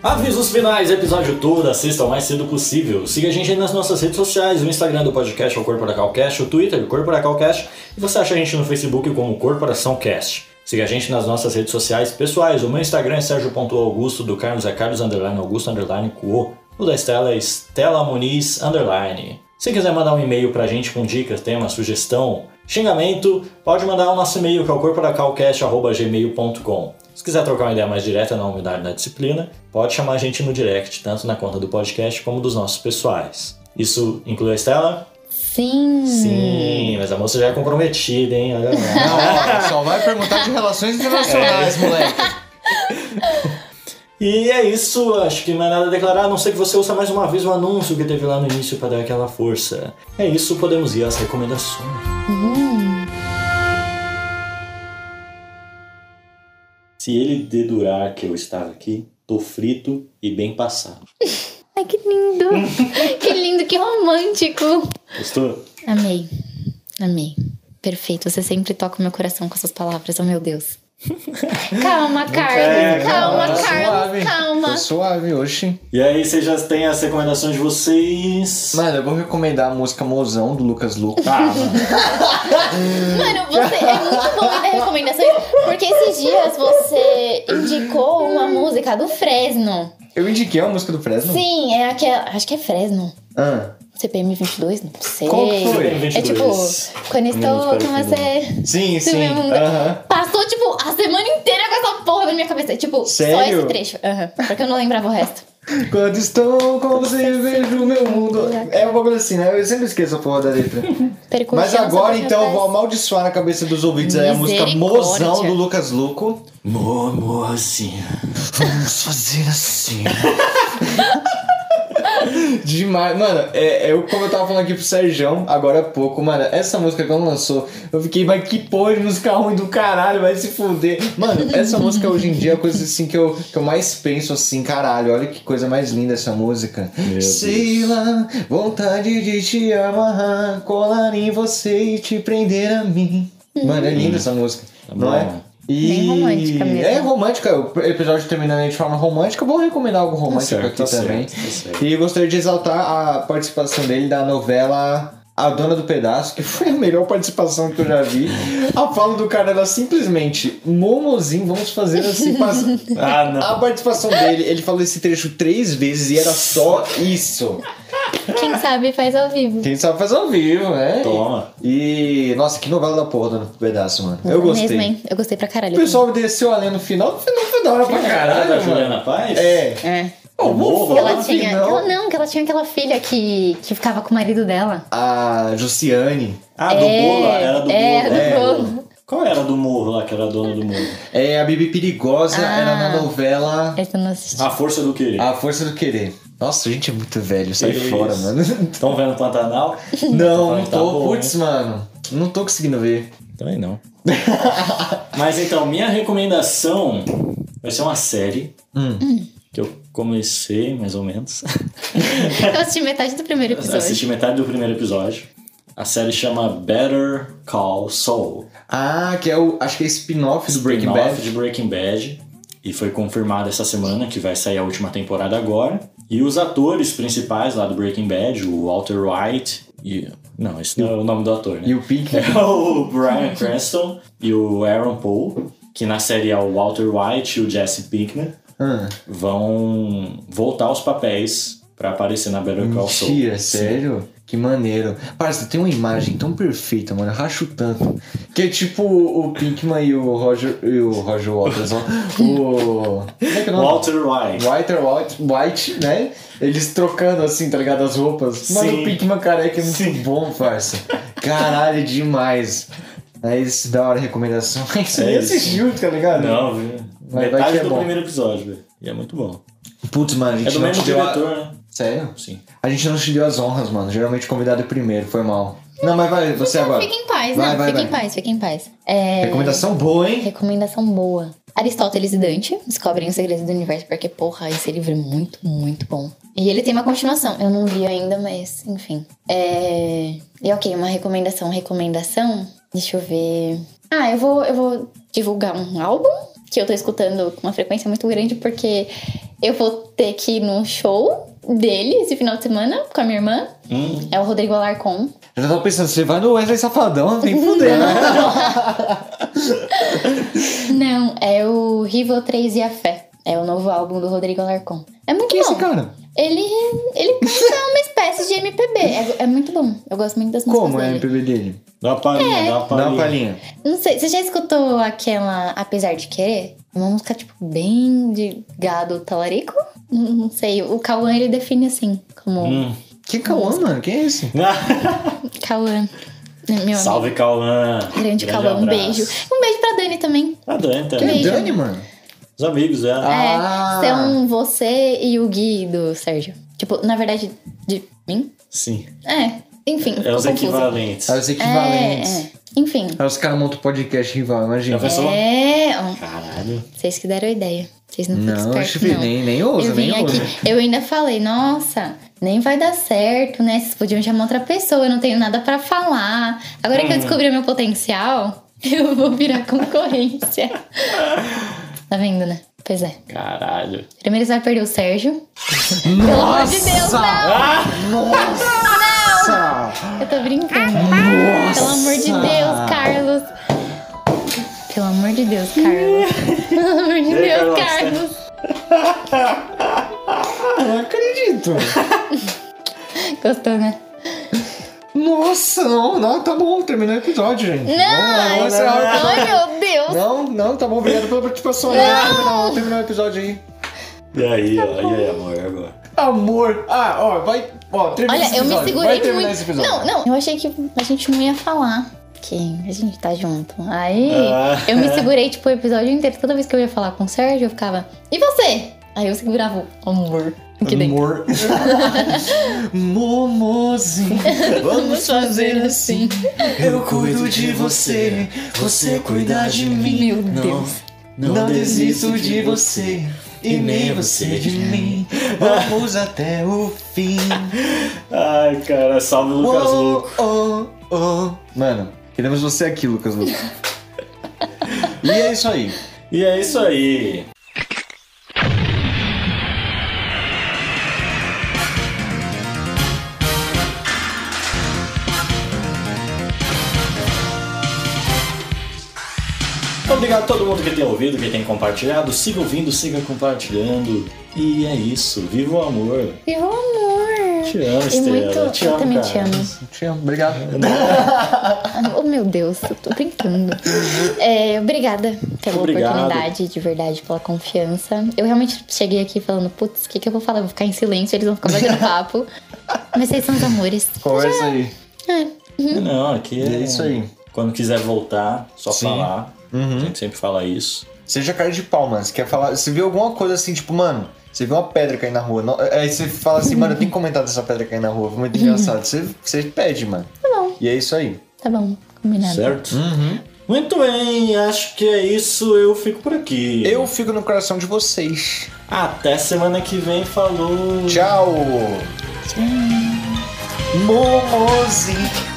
A: Avisos finais, episódio todo, assista o mais cedo possível. Siga a gente aí nas nossas redes sociais, o Instagram do podcast é o CorporacalCast, o Twitter, CorporacalCast, e você acha a gente no Facebook como CorporaçãoCast. Siga a gente nas nossas redes sociais pessoais, o meu Instagram é sergio.augusto, do Carlos é Carlos Underline Augusto Underline Cuo, o da Estela é Estela Muniz Underline. Se quiser mandar um e-mail pra gente com dicas, tema, sugestão, xingamento, pode mandar o nosso e-mail que é o corporacalcast.gmail.com. Se quiser trocar uma ideia mais direta na unidade da disciplina, pode chamar a gente no direct, tanto na conta do podcast como dos nossos pessoais. Isso inclui a Estela?
C: Sim.
A: Sim, mas a moça já é comprometida, hein? Olha
B: (laughs)
A: lá.
B: Só vai perguntar de relações internacionais, moleque.
A: E é isso, acho que não é nada a declarar, a não ser que você ouça mais uma vez o anúncio que teve lá no início para dar aquela força. É isso, podemos ir às recomendações.
C: Hum.
A: Se ele dedurar que eu estava aqui, tô frito e bem passado.
C: Ai, que (laughs) lindo. que lindo, que romântico.
A: Gostou?
C: Amei. Amei. Perfeito. Você sempre toca o meu coração com essas palavras. Oh,
B: (laughs)
C: meu Deus. calma, Carlos. Calma,
B: Tá
C: Carlos.
B: suave. Tá
C: Calma.
B: Tô suave hoje.
A: E aí, vocês já têm as recomendações de vocês?
B: Mano, eu vou recomendar a música Mozão do Lucas Luco.
A: Ah, mano.
C: Mano, você é muito bom em dar recomendações. Porque esses dias você indicou uma música do Fresno.
B: Eu indiquei a música do Fresno?
C: Sim, é aquela. Acho que é Fresno.
B: Ah,
C: CPM 22? Não sei.
B: Qual que foi?
C: É tipo,
A: 22.
C: quando
A: Menos
C: estou
A: para o
C: com
A: fim do
C: você.
B: sim,
C: Você
B: sim.
C: me mandou-
B: Aham.
C: Passou, tipo, a semana inteira com essa porra na minha cabeça. Tipo, só
B: Sério?
C: esse trecho. Aham. porque eu não lembrava o resto.
B: Quando estou com você, eu vejo o meu mundo. É um bagulho assim, né? Eu sempre esqueço a porra da letra.
C: Percussão,
B: Mas agora,
C: sabe,
B: então, eu
C: rapaz?
B: vou amaldiçoar na cabeça dos ouvintes aí a música
C: Misericórdia.
B: Mozão do Lucas Luco.
A: Mó, mozinha.
B: Vamos fazer assim. (laughs) Demais, mano, é, eu, como eu tava falando aqui pro Serjão agora há pouco, mano, essa música quando lançou, eu fiquei, mas que porra de música ruim do caralho, vai se fuder. Mano, essa música hoje em dia é a coisa assim que eu, que eu mais penso assim, caralho, olha que coisa mais linda essa música.
A: Deus.
B: Sei lá, vontade de te amarrar, colar em você e te prender a mim. Mano, é linda essa música,
A: Tá
B: não
A: bom.
B: é? E...
C: Bem romântica mesmo.
B: É romântica, o episódio terminando de forma romântica, eu vou recomendar algo romântico
A: certo,
B: aqui
A: tá certo,
B: também.
A: tá certo.
B: E gostaria de exaltar a participação dele da novela A Dona do Pedaço, que foi a melhor participação que eu já vi. A fala do cara era simplesmente Momozinho, vamos fazer assim. Mas
A: Ah, não.
B: a participação dele, ele falou esse trecho três vezes e era só isso.
C: Quem sabe faz ao vivo.
B: Quem sabe faz ao vivo, né?
A: Toma.
B: E. Nossa, que novela da porra, Dona do Pedaço, mano. Eu gostei.
C: Mesmo, hein? Eu gostei pra caralho.
B: O pessoal obedeceu a lenha no final, no final foi da hora pra
A: Caralho, da
B: caralho, mano.
A: Juliana Paz?
B: É.
C: É.
B: Oh, vou
A: Morro.
C: Que
B: falar
C: ela
B: no
C: tinha. que
B: final.
C: ela- não, que ela tinha aquela filha que, que ficava com o marido dela.
B: A Jussiane.
A: Ah, do
C: É,
A: Bola? Era do
C: é,
A: Bola.
C: do Bola.
A: Qual era do morro lá que era a dona do morro?
B: É, a Bibi Perigosa
C: Ah.
B: era na novela
C: Essa eu não assisti.
A: A Força do Querer.
B: A Força do Querer. Nossa, a gente é muito velho, sai
A: Isso. (laughs)
B: fora, mano.
A: Estão vendo Pantanal?
B: (laughs)
A: Então
B: Não, não
A: tá
B: tô.
A: bom,
B: Putz, mano. Não tô conseguindo ver.
A: Também não. (laughs) Mas então, minha recomendação vai ser uma série
B: Hum.
A: que eu comecei, mais ou menos. (laughs)
B: Ah.
C: Eu assisti metade do primeiro episódio.
A: Assisti metade do primeiro episódio. A série chama Better Call Saul.
B: Ah, que é o. Acho que é spin-off do Breaking
A: Spin-off
B: Bad.
A: de Breaking Bad. E foi confirmado essa semana que vai sair a última temporada agora. E os atores principais lá do Breaking Bad, o Walter White e... Não, esse não é o nome do ator, né?
B: E o Pink.
A: É (laughs) o Brian Cranston e o Aaron Paul, que na série é o Walter White e o Jesse Pinkman,
B: Ah,
A: vão voltar aos papéis pra aparecer na Better Call Saul.
B: mentira,
A: Sim.
B: sério? Que maneiro. Parça, tem uma imagem tão perfeita, mano. Eu racho tanto. Que é tipo o o Pinkman e o Roger. E o Roger
A: (laughs)
B: Waters, ó. O. Como é que é o nome?
A: Walter White.
B: White, or White, White, né? Eles trocando assim, tá ligado? As roupas. Mano,
A: Sim.
B: o Pinkman careca é muito
A: Sim.
B: bom, parça. Caralho, é demais. É isso, da hora a recomendação. (laughs) É isso,
A: É
B: nem
A: isso.
B: assistiu, tá ligado?
A: Não, viu?
B: Vai- vai
A: metade
B: que é
A: do
B: bom.
A: primeiro episódio, velho. E é muito bom.
B: Putz, mano, a gente
A: É do
B: não
A: mesmo
B: te deu a-
A: diretor, né?
B: Sério?
A: Sim.
B: A gente não te deu as honras, mano. Geralmente o convidado é primeiro, foi mal. Não, mas vai, você agora.
C: Fica em paz,
B: Vai,
C: não.
B: vai,
C: fica
B: vai.
C: em paz, fica em paz. É,
B: Recomendação boa, hein?
C: Recomendação boa. Aristóteles e Dante descobrem os segredos do universo, porque, porra, esse livro é muito, muito bom. E ele tem uma continuação, eu não vi ainda, mas, enfim. É... E ok, uma recomendação, recomendação. Deixa eu ver. Ah, eu vou, eu vou divulgar um álbum que eu tô escutando com uma frequência muito grande, porque eu vou ter que ir num show dele esse final de semana com a minha irmã.
A: Hum,
C: É o Rodrigo Alarcon.
B: Eu já tava pensando, você vai no Wesley Safadão, tem que fuder, né?
C: Não, é o Rival 3 e a Fé. É o novo álbum do Rodrigo Alarcon. É muito
B: Que
C: bom.
B: esse cara?
C: Ele, ele canta uma espécie de MPB. É, é muito bom. Eu gosto muito das músicas
B: Como é o
C: dele.
B: MPB dele?
A: dá uma palhinha, dá uma palhinha.
B: Dá uma palhinha.
C: Não sei, você já escutou aquela Apesar de Querer? É Uma música, tipo, bem de gado talarico? Não não sei. O Cauã, ele define assim, como...
A: Hum.
B: Que Cauã, mano? Quem é esse?
C: Cauã, é meu amigo.
A: (laughs) Salve, Cauã.
C: Grande Cauã, um
A: abraço. Tá
C: beijo. Um beijo pra Dani também.
A: A Dani
B: Quem
A: também.
B: é
C: Beijo.
B: Dani, mano?
A: Os amigos dela.
B: Ah.
C: É, são você e o Gui do Sérgio. Tipo, na verdade, de mim?
A: Sim.
C: É, enfim.
A: É os
C: ficou confuso.
A: equivalentes.
B: É os equivalentes.
C: É, é. Enfim.
B: Aí os caras montam podcast rival, imagina.
A: Já pensou?
C: É, ó,
A: Caralho.
C: vocês que deram a ideia. Vocês não ficam
B: Não,
C: espertos,
B: acho que
C: não.
B: nem, nem ousa,
C: eu vim
B: nem
C: aqui,
B: ousa.
C: eu ainda falei, nossa, nem vai dar certo, né? Vocês podiam chamar outra pessoa, eu não tenho nada pra falar. Agora
A: Hum.
C: que eu descobri o meu potencial, (laughs) eu vou
A: (laughs)
C: virar concorrência. tá vendo, né? Pois é.
A: Caralho.
C: Primeiro você vai perder o Sérgio. Pelo amor de Deus,
B: Nossa!
C: não!
B: Nossa!
C: Eu tô brincando.
B: Nossa!
C: Pelo amor de Deus, Carlos. Pelo amor de Deus,
B: (laughs)
C: Carlos. Pelo amor
A: Ei,
C: de Deus,
A: Carlos.
C: Carlos.
B: Eu não acredito!
C: Gostou, né?
B: Nossa, não, não, tá bom, terminou o episódio, gente. Não, não, vamos encerrar o episódio.
C: Ai, meu Deus.
B: não, não, tá bom, obrigado pela participação. Não, terminar, terminar o episódio aí.
A: E aí, ó. E aí, amor, agora?
B: Amor! Ah, ó, vai. Ó, termina
C: Olha,
B: esse
C: eu me
B: episódio. vai
C: segurei
B: terminar
C: muito.
B: esse episódio.
C: Não, não, eu achei que a gente não ia falar. Que a gente tá junto. Aí
A: Ah.
B: (laughs)
C: eu me segurei, tipo, o episódio inteiro. Toda vez que eu ia falar com o Sérgio, eu ficava, e você? Aí eu segurava o amor aqui dentro.
B: Amor. Momozinho, (laughs) vamos fazer assim. Eu cuido de você, você cuida de mim.
C: Meu Deus.
B: Não, desisto de você. E nem você de (laughs) mim. Vamos até o (laughs) fim.
A: Ai, cara, salve o Lucas Louco.
B: Oh, oh, oh. Mano, queremos você aqui, Lucas (laughs) Louco. e é isso aí.
A: E é isso aí. Obrigado a todo mundo que tem ouvido, que tem compartilhado. Siga ouvindo, siga compartilhando. E é isso. Viva o amor.
C: Meu amor.
A: Te amo,
C: E
A: Estela.
C: muito.
A: Te
C: eu
A: amo,
C: também te
A: cara.
C: amo.
B: Te amo, obrigado.
C: Ah, Oh, meu Deus, eu tô brincando. É, obrigada pela
A: Obrigado.
C: oportunidade, de verdade, pela confiança. Eu realmente cheguei aqui falando, putz, o que, que eu vou falar? Eu vou ficar em silêncio, eles vão ficar batendo papo. Mas vocês são os amores.
B: Conversa aí.
C: É,
A: Não, aqui é,
B: E é isso aí.
A: Quando quiser voltar, só
B: Sim.
A: falar.
B: Uhum.
A: A gente sempre fala isso.
B: Seja cara de pau, mano. Você quer falar. Você vê alguma coisa assim, tipo, mano, você vê uma pedra cair na rua. não- aí você fala assim, mano, eu tenho que comentar dessa pedra cair na rua. Foi muito engraçado. Você, você pede, mano. Tá
C: bom.
B: E é isso aí.
C: Tá bom, combinado.
A: Certo?
B: Uhum.
A: Muito bem, acho que é isso. Eu fico por aqui.
B: Eu fico no coração de vocês.
A: Até semana que vem, falou.
B: Tchau!
C: Tchau.
B: Momozinho!